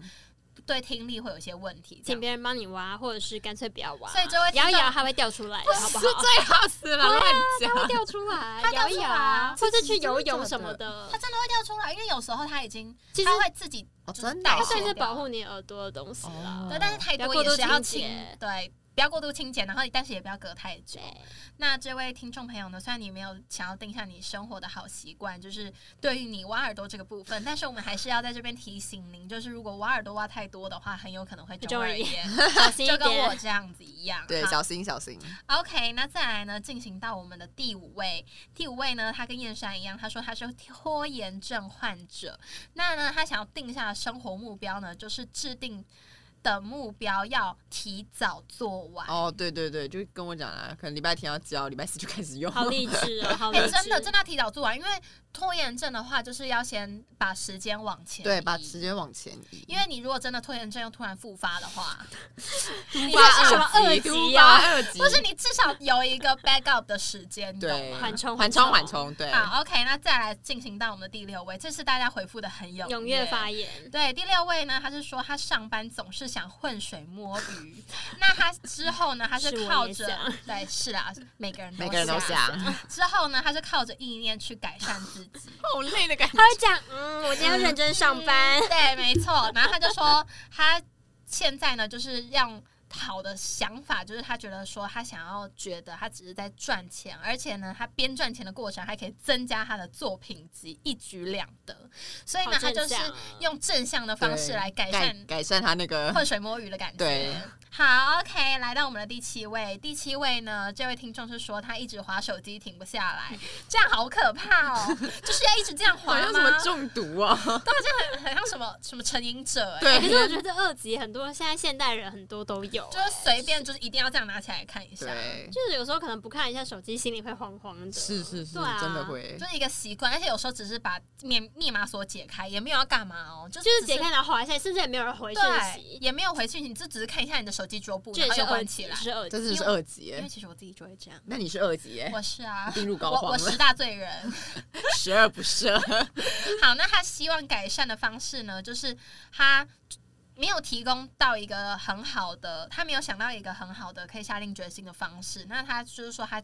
Speaker 1: 对听力会有一些问题这
Speaker 3: 请
Speaker 1: 样。
Speaker 3: 别人帮你挖，或者是干脆不要挖。
Speaker 1: 所以这位听
Speaker 3: 摇
Speaker 1: 众
Speaker 3: 一摇，它会掉出来的，好不
Speaker 2: 是
Speaker 3: 好？
Speaker 2: 最好死了，乱
Speaker 3: 它
Speaker 2: 讲。
Speaker 3: 会 掉出来
Speaker 1: 它，掉
Speaker 3: 摇
Speaker 1: 出
Speaker 3: 一
Speaker 1: 来
Speaker 3: 摇
Speaker 1: 啊
Speaker 3: 啊，或者去游
Speaker 2: 真的假
Speaker 3: 泳
Speaker 2: 的
Speaker 3: 什么的
Speaker 1: 它。真的会掉出来，因为有时候它已经
Speaker 3: 其实
Speaker 1: 它会自己
Speaker 2: 哦，
Speaker 1: 就是
Speaker 2: 真的
Speaker 1: 代
Speaker 2: 哦
Speaker 3: 它算
Speaker 1: 谢
Speaker 3: 是保护你耳朵的东西
Speaker 2: 哦
Speaker 3: 了。
Speaker 1: 对，但是太多
Speaker 3: 不要过
Speaker 1: 也
Speaker 3: 度
Speaker 1: 是要
Speaker 3: 清
Speaker 1: 清
Speaker 3: 洁
Speaker 1: 对。不要过度清洁，然后但是也不要隔太久
Speaker 3: 对。，
Speaker 1: 那这位听众朋友呢？虽然你没有想要定下你生活的好习惯，就是对于你挖耳朵这个部分，但是我们还是要在这边提醒您，就是如果挖耳朵挖太多的话，很有可能会中耳炎，
Speaker 3: 小心
Speaker 1: 就
Speaker 3: 一
Speaker 1: 跟我
Speaker 3: 点。
Speaker 1: 这样子一样。
Speaker 2: 对，
Speaker 1: 好
Speaker 2: 小心小心，
Speaker 1: OK，那再来呢，进行到我们的第五位。第五位呢，他跟燕山一样，他说他是拖延症患者。那呢，他想要定下的生活目标呢，就是制定的目标要提早做完。
Speaker 2: 哦，对对对，就跟我讲啦，可能礼拜天要交，礼拜四就开始用，
Speaker 3: 好励志哦，好励
Speaker 1: 哎、
Speaker 3: 志！
Speaker 1: 真的，真的要提早做完，因为拖延症的话，就是要先把时间往前移，
Speaker 2: 对，把时间往前移，
Speaker 1: 因为你如果真的拖延症又突然复发的话，
Speaker 3: 你
Speaker 1: 你
Speaker 3: 这是什么啊
Speaker 2: 二
Speaker 3: 二级
Speaker 1: 啊
Speaker 3: 呀？
Speaker 2: 二级，
Speaker 1: 不是你至少有一个 backup 的时间，你懂
Speaker 2: 对，
Speaker 1: 吗？
Speaker 3: 缓冲
Speaker 2: 缓冲缓冲，对，
Speaker 1: 好，OK，那再来进行到我们的第六位，这次大家回复的很踊
Speaker 3: 踊跃 发言，
Speaker 1: 对，第六位呢，他是说他上班总是想浑水摸鱼，那他之后呢，他是
Speaker 3: 是我也
Speaker 1: 靠着
Speaker 3: 想
Speaker 1: 对，是啦，每个人
Speaker 2: 每个人都
Speaker 1: 想
Speaker 2: 想，
Speaker 1: 之后呢，他是靠着意念去改善自己，
Speaker 2: 好累的感觉。
Speaker 3: 他会讲，嗯，我今天要认真上班
Speaker 1: 嗯，对，没错。然后他就说，他现在呢，就是让好的想法，就是他觉得说，他想要觉得他只是在赚钱，而且呢，他边赚钱的过程还可以增加他的作品集，一举两得。所以呢
Speaker 3: 好，
Speaker 1: 他
Speaker 3: 正
Speaker 1: 就是
Speaker 3: 向哦
Speaker 1: 用正向的方式来改
Speaker 2: 改
Speaker 1: 善
Speaker 2: 改善他那 个
Speaker 1: 浑水摸鱼的感
Speaker 2: 对
Speaker 1: 觉。好，OK，来到我们的第七位。第七位呢，这位听众是说他一直滑手机停不下来，这样好可怕哦！就是要一直这样
Speaker 2: 好
Speaker 1: 滑
Speaker 2: 像什
Speaker 1: 吗
Speaker 2: 么？中毒啊，
Speaker 1: 很很像什么什么成瘾者、欸，
Speaker 3: 哎可是我
Speaker 2: 对
Speaker 3: 觉得二级很多，现在现代人很多都有、
Speaker 1: 就是随便就是一定要这样拿起来看一下，
Speaker 2: 对，
Speaker 3: 就是有时候可能不看一下手机，心里会慌慌的。
Speaker 2: 是是是，
Speaker 3: 对啊、
Speaker 2: 真的。会
Speaker 1: 就。是一个习惯。而且有时候只是把密密码锁解开，也没有要干嘛哦，就
Speaker 3: 就是
Speaker 1: 只
Speaker 3: 解开然后滑一下，甚至也没有人回讯
Speaker 1: 对，
Speaker 3: 息，
Speaker 1: 也没有回去，你就只是看一下你的手机桌布，
Speaker 3: 这
Speaker 1: 然
Speaker 3: 也
Speaker 1: 后
Speaker 3: 是
Speaker 1: 又
Speaker 3: 二
Speaker 1: 关起
Speaker 3: 级，
Speaker 1: 来
Speaker 3: 这。是二级。
Speaker 2: 这只是二级
Speaker 1: 因为
Speaker 2: 耶，
Speaker 1: 其实我自己就会这样，
Speaker 2: 那你是二级耶，
Speaker 1: 我是啊。
Speaker 2: 病入膏
Speaker 1: 我
Speaker 2: 肓
Speaker 1: 我
Speaker 2: 了
Speaker 1: 十，大罪人。
Speaker 2: 十恶不赦。
Speaker 1: 好，那他希望改善的方式呢，就是他没有提供到一个很好的，他没有想到一个很好的可以下定决心的方式。那他就是说他。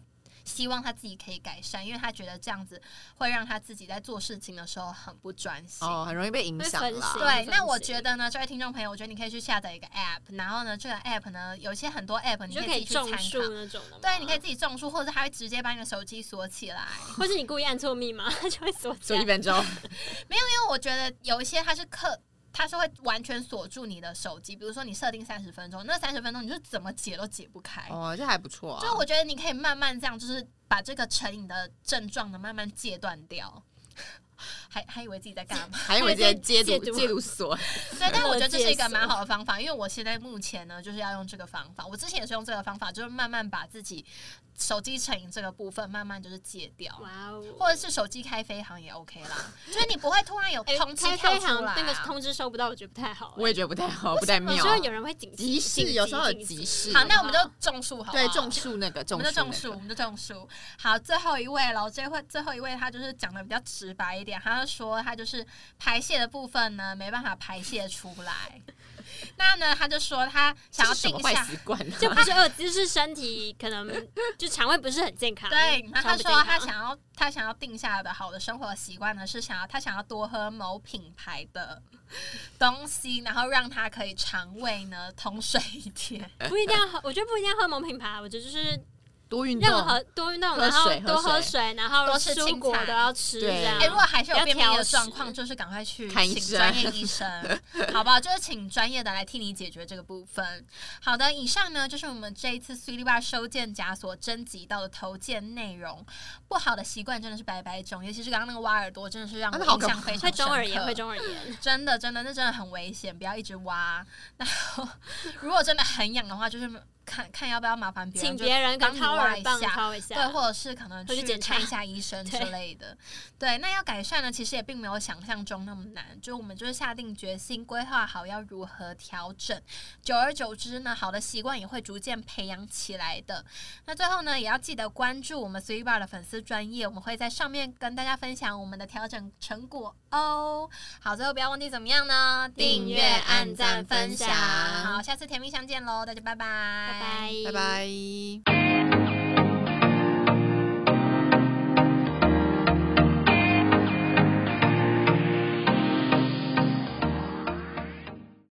Speaker 1: 希望他自己可以改善，因为他觉得这样子会让他自己在做事情的时候很不专心。
Speaker 2: 哦，很容易被影响
Speaker 3: 会分心
Speaker 2: 啦。
Speaker 1: 对，
Speaker 3: 分
Speaker 1: 那我
Speaker 3: 析
Speaker 1: 觉得呢，这位听众朋友，我觉得你可以去下载一个 app，然后呢，这个 app 呢，有一些很多 app 你
Speaker 3: 你就
Speaker 1: 可
Speaker 3: 可以
Speaker 1: 以自己去参
Speaker 3: 种树
Speaker 1: 考。
Speaker 3: 那种的，
Speaker 1: 对，你可以，自己种树，或者他会直接把你的手机锁起来。
Speaker 3: 或是你故意按错密码， 它就会锁起
Speaker 2: 所以 一。
Speaker 3: 来
Speaker 2: 分钟，
Speaker 1: 因为我觉得有一些它是刻，它是会完全锁住你的手机，比如说你设定三十分钟，那三十分钟你就怎么解都解不开。
Speaker 2: 哦，这还不错啊。
Speaker 1: 就我觉得你可以慢慢这样，就是把这个成瘾的症状呢慢慢戒断掉。还还以为自己在干嘛。
Speaker 2: 还有我在戒
Speaker 3: 戒
Speaker 2: 毒
Speaker 3: 毒
Speaker 2: 戒毒所，
Speaker 1: 对，但我觉得这是一
Speaker 3: 解
Speaker 1: 个
Speaker 3: 锁
Speaker 1: 蛮好的方法，因为我现在目前呢就是要用这个方法。我之前也是用这个方法，就是慢慢把自己手机成瘾这个部分慢慢就是戒掉，
Speaker 3: 哇哦！
Speaker 1: 或者是手机开飞行也 OK 啦，就是你不会突然有
Speaker 3: 哎，
Speaker 1: 通知
Speaker 3: 开
Speaker 1: 跳
Speaker 3: 飞
Speaker 1: 出
Speaker 3: 行
Speaker 1: 来啊。
Speaker 3: 那个通知收不到，我觉得不太好。
Speaker 2: 我也觉得不太好，不太
Speaker 3: 有
Speaker 2: 妙啊
Speaker 3: 时。候有人会紧
Speaker 2: 急事有时候有急事
Speaker 1: 好，那我们就种树好不好啊
Speaker 2: 对，种树那个
Speaker 1: 我
Speaker 2: 种
Speaker 1: 们就
Speaker 2: 树那
Speaker 1: 种树，
Speaker 2: 个，
Speaker 1: 我们就种树。好，最后一位了，最后最后一位他就是讲的比较直白一点，他就说他就是排泄的部分呢没办法排泄出来。那呢，他就说他想要
Speaker 2: 这是什么
Speaker 1: 定
Speaker 2: 坏
Speaker 1: 下
Speaker 2: 习惯啊？
Speaker 3: 就不是饿，就是身体可能就肠胃不是很健康。
Speaker 1: 对，然后他
Speaker 3: 肠胃不健
Speaker 1: 说
Speaker 3: 康
Speaker 1: 他想要他想要定下的好的生活习惯呢，是想要他想要多喝某品牌的东西，然后让他可以肠胃呢通顺一点。
Speaker 3: 不一定要喝，我觉得不一定要喝某品牌，啊我觉得就是
Speaker 2: 多运动，
Speaker 3: 任何多运动，
Speaker 2: 喝
Speaker 3: 然后
Speaker 2: 水喝
Speaker 3: 多喝
Speaker 2: 水
Speaker 3: 水，然后
Speaker 1: 多吃
Speaker 3: 蔬
Speaker 1: 青
Speaker 3: 果
Speaker 1: 菜
Speaker 3: 都要吃这
Speaker 2: 对
Speaker 3: 样
Speaker 1: 哎、。如果还是有
Speaker 3: 啊要
Speaker 1: 便秘
Speaker 3: 挑
Speaker 1: 的状
Speaker 3: 食
Speaker 1: 况，就是赶快去
Speaker 2: 看医
Speaker 1: 请
Speaker 2: 生
Speaker 1: 专业医 生，好不好？就是请专业的来替你解决这个部分。好的，以上呢就是我们这一次 C 力吧收件夹所征集到的投件内容。不好的习惯真的是百百种，尤其是刚刚那个挖耳朵，真的是让
Speaker 2: 啊
Speaker 1: 我
Speaker 2: 那好
Speaker 1: 印
Speaker 2: 可
Speaker 1: 象
Speaker 2: 怕
Speaker 1: 非常
Speaker 3: 会中耳
Speaker 1: 深
Speaker 3: 炎，
Speaker 1: 刻
Speaker 3: 会中耳炎，
Speaker 1: 真的真的，那真的很危险，不要一直挖。然后 如果真的很痒的话，就是看看要不要麻烦别人，
Speaker 3: 请
Speaker 1: 就
Speaker 3: 别人
Speaker 1: 帮
Speaker 3: 跟
Speaker 1: 你
Speaker 3: 掏
Speaker 1: 挖
Speaker 3: 耳
Speaker 1: 一
Speaker 3: 棒
Speaker 1: 下
Speaker 3: 掏一下，
Speaker 1: 对，或者是可能
Speaker 3: 会去
Speaker 1: 去
Speaker 3: 检查
Speaker 1: 看一下医 生之
Speaker 3: 对
Speaker 1: 类的。对，那要改善呢，其实也并没有想象中那么难，就我们就是下定决心，规划好要如何调整，久而久之呢，好的习惯也会逐渐培养起来的。那最后呢，也要记得关注我们 Three Bar 的粉丝专业，我们会在上面跟大家分享我们的调整成果哦。好，最后不要忘记怎么样呢？
Speaker 3: 订阅按赞分享
Speaker 1: 好，下次甜蜜相见喽，大家拜拜，
Speaker 3: 拜
Speaker 2: 拜
Speaker 3: 拜
Speaker 2: 拜。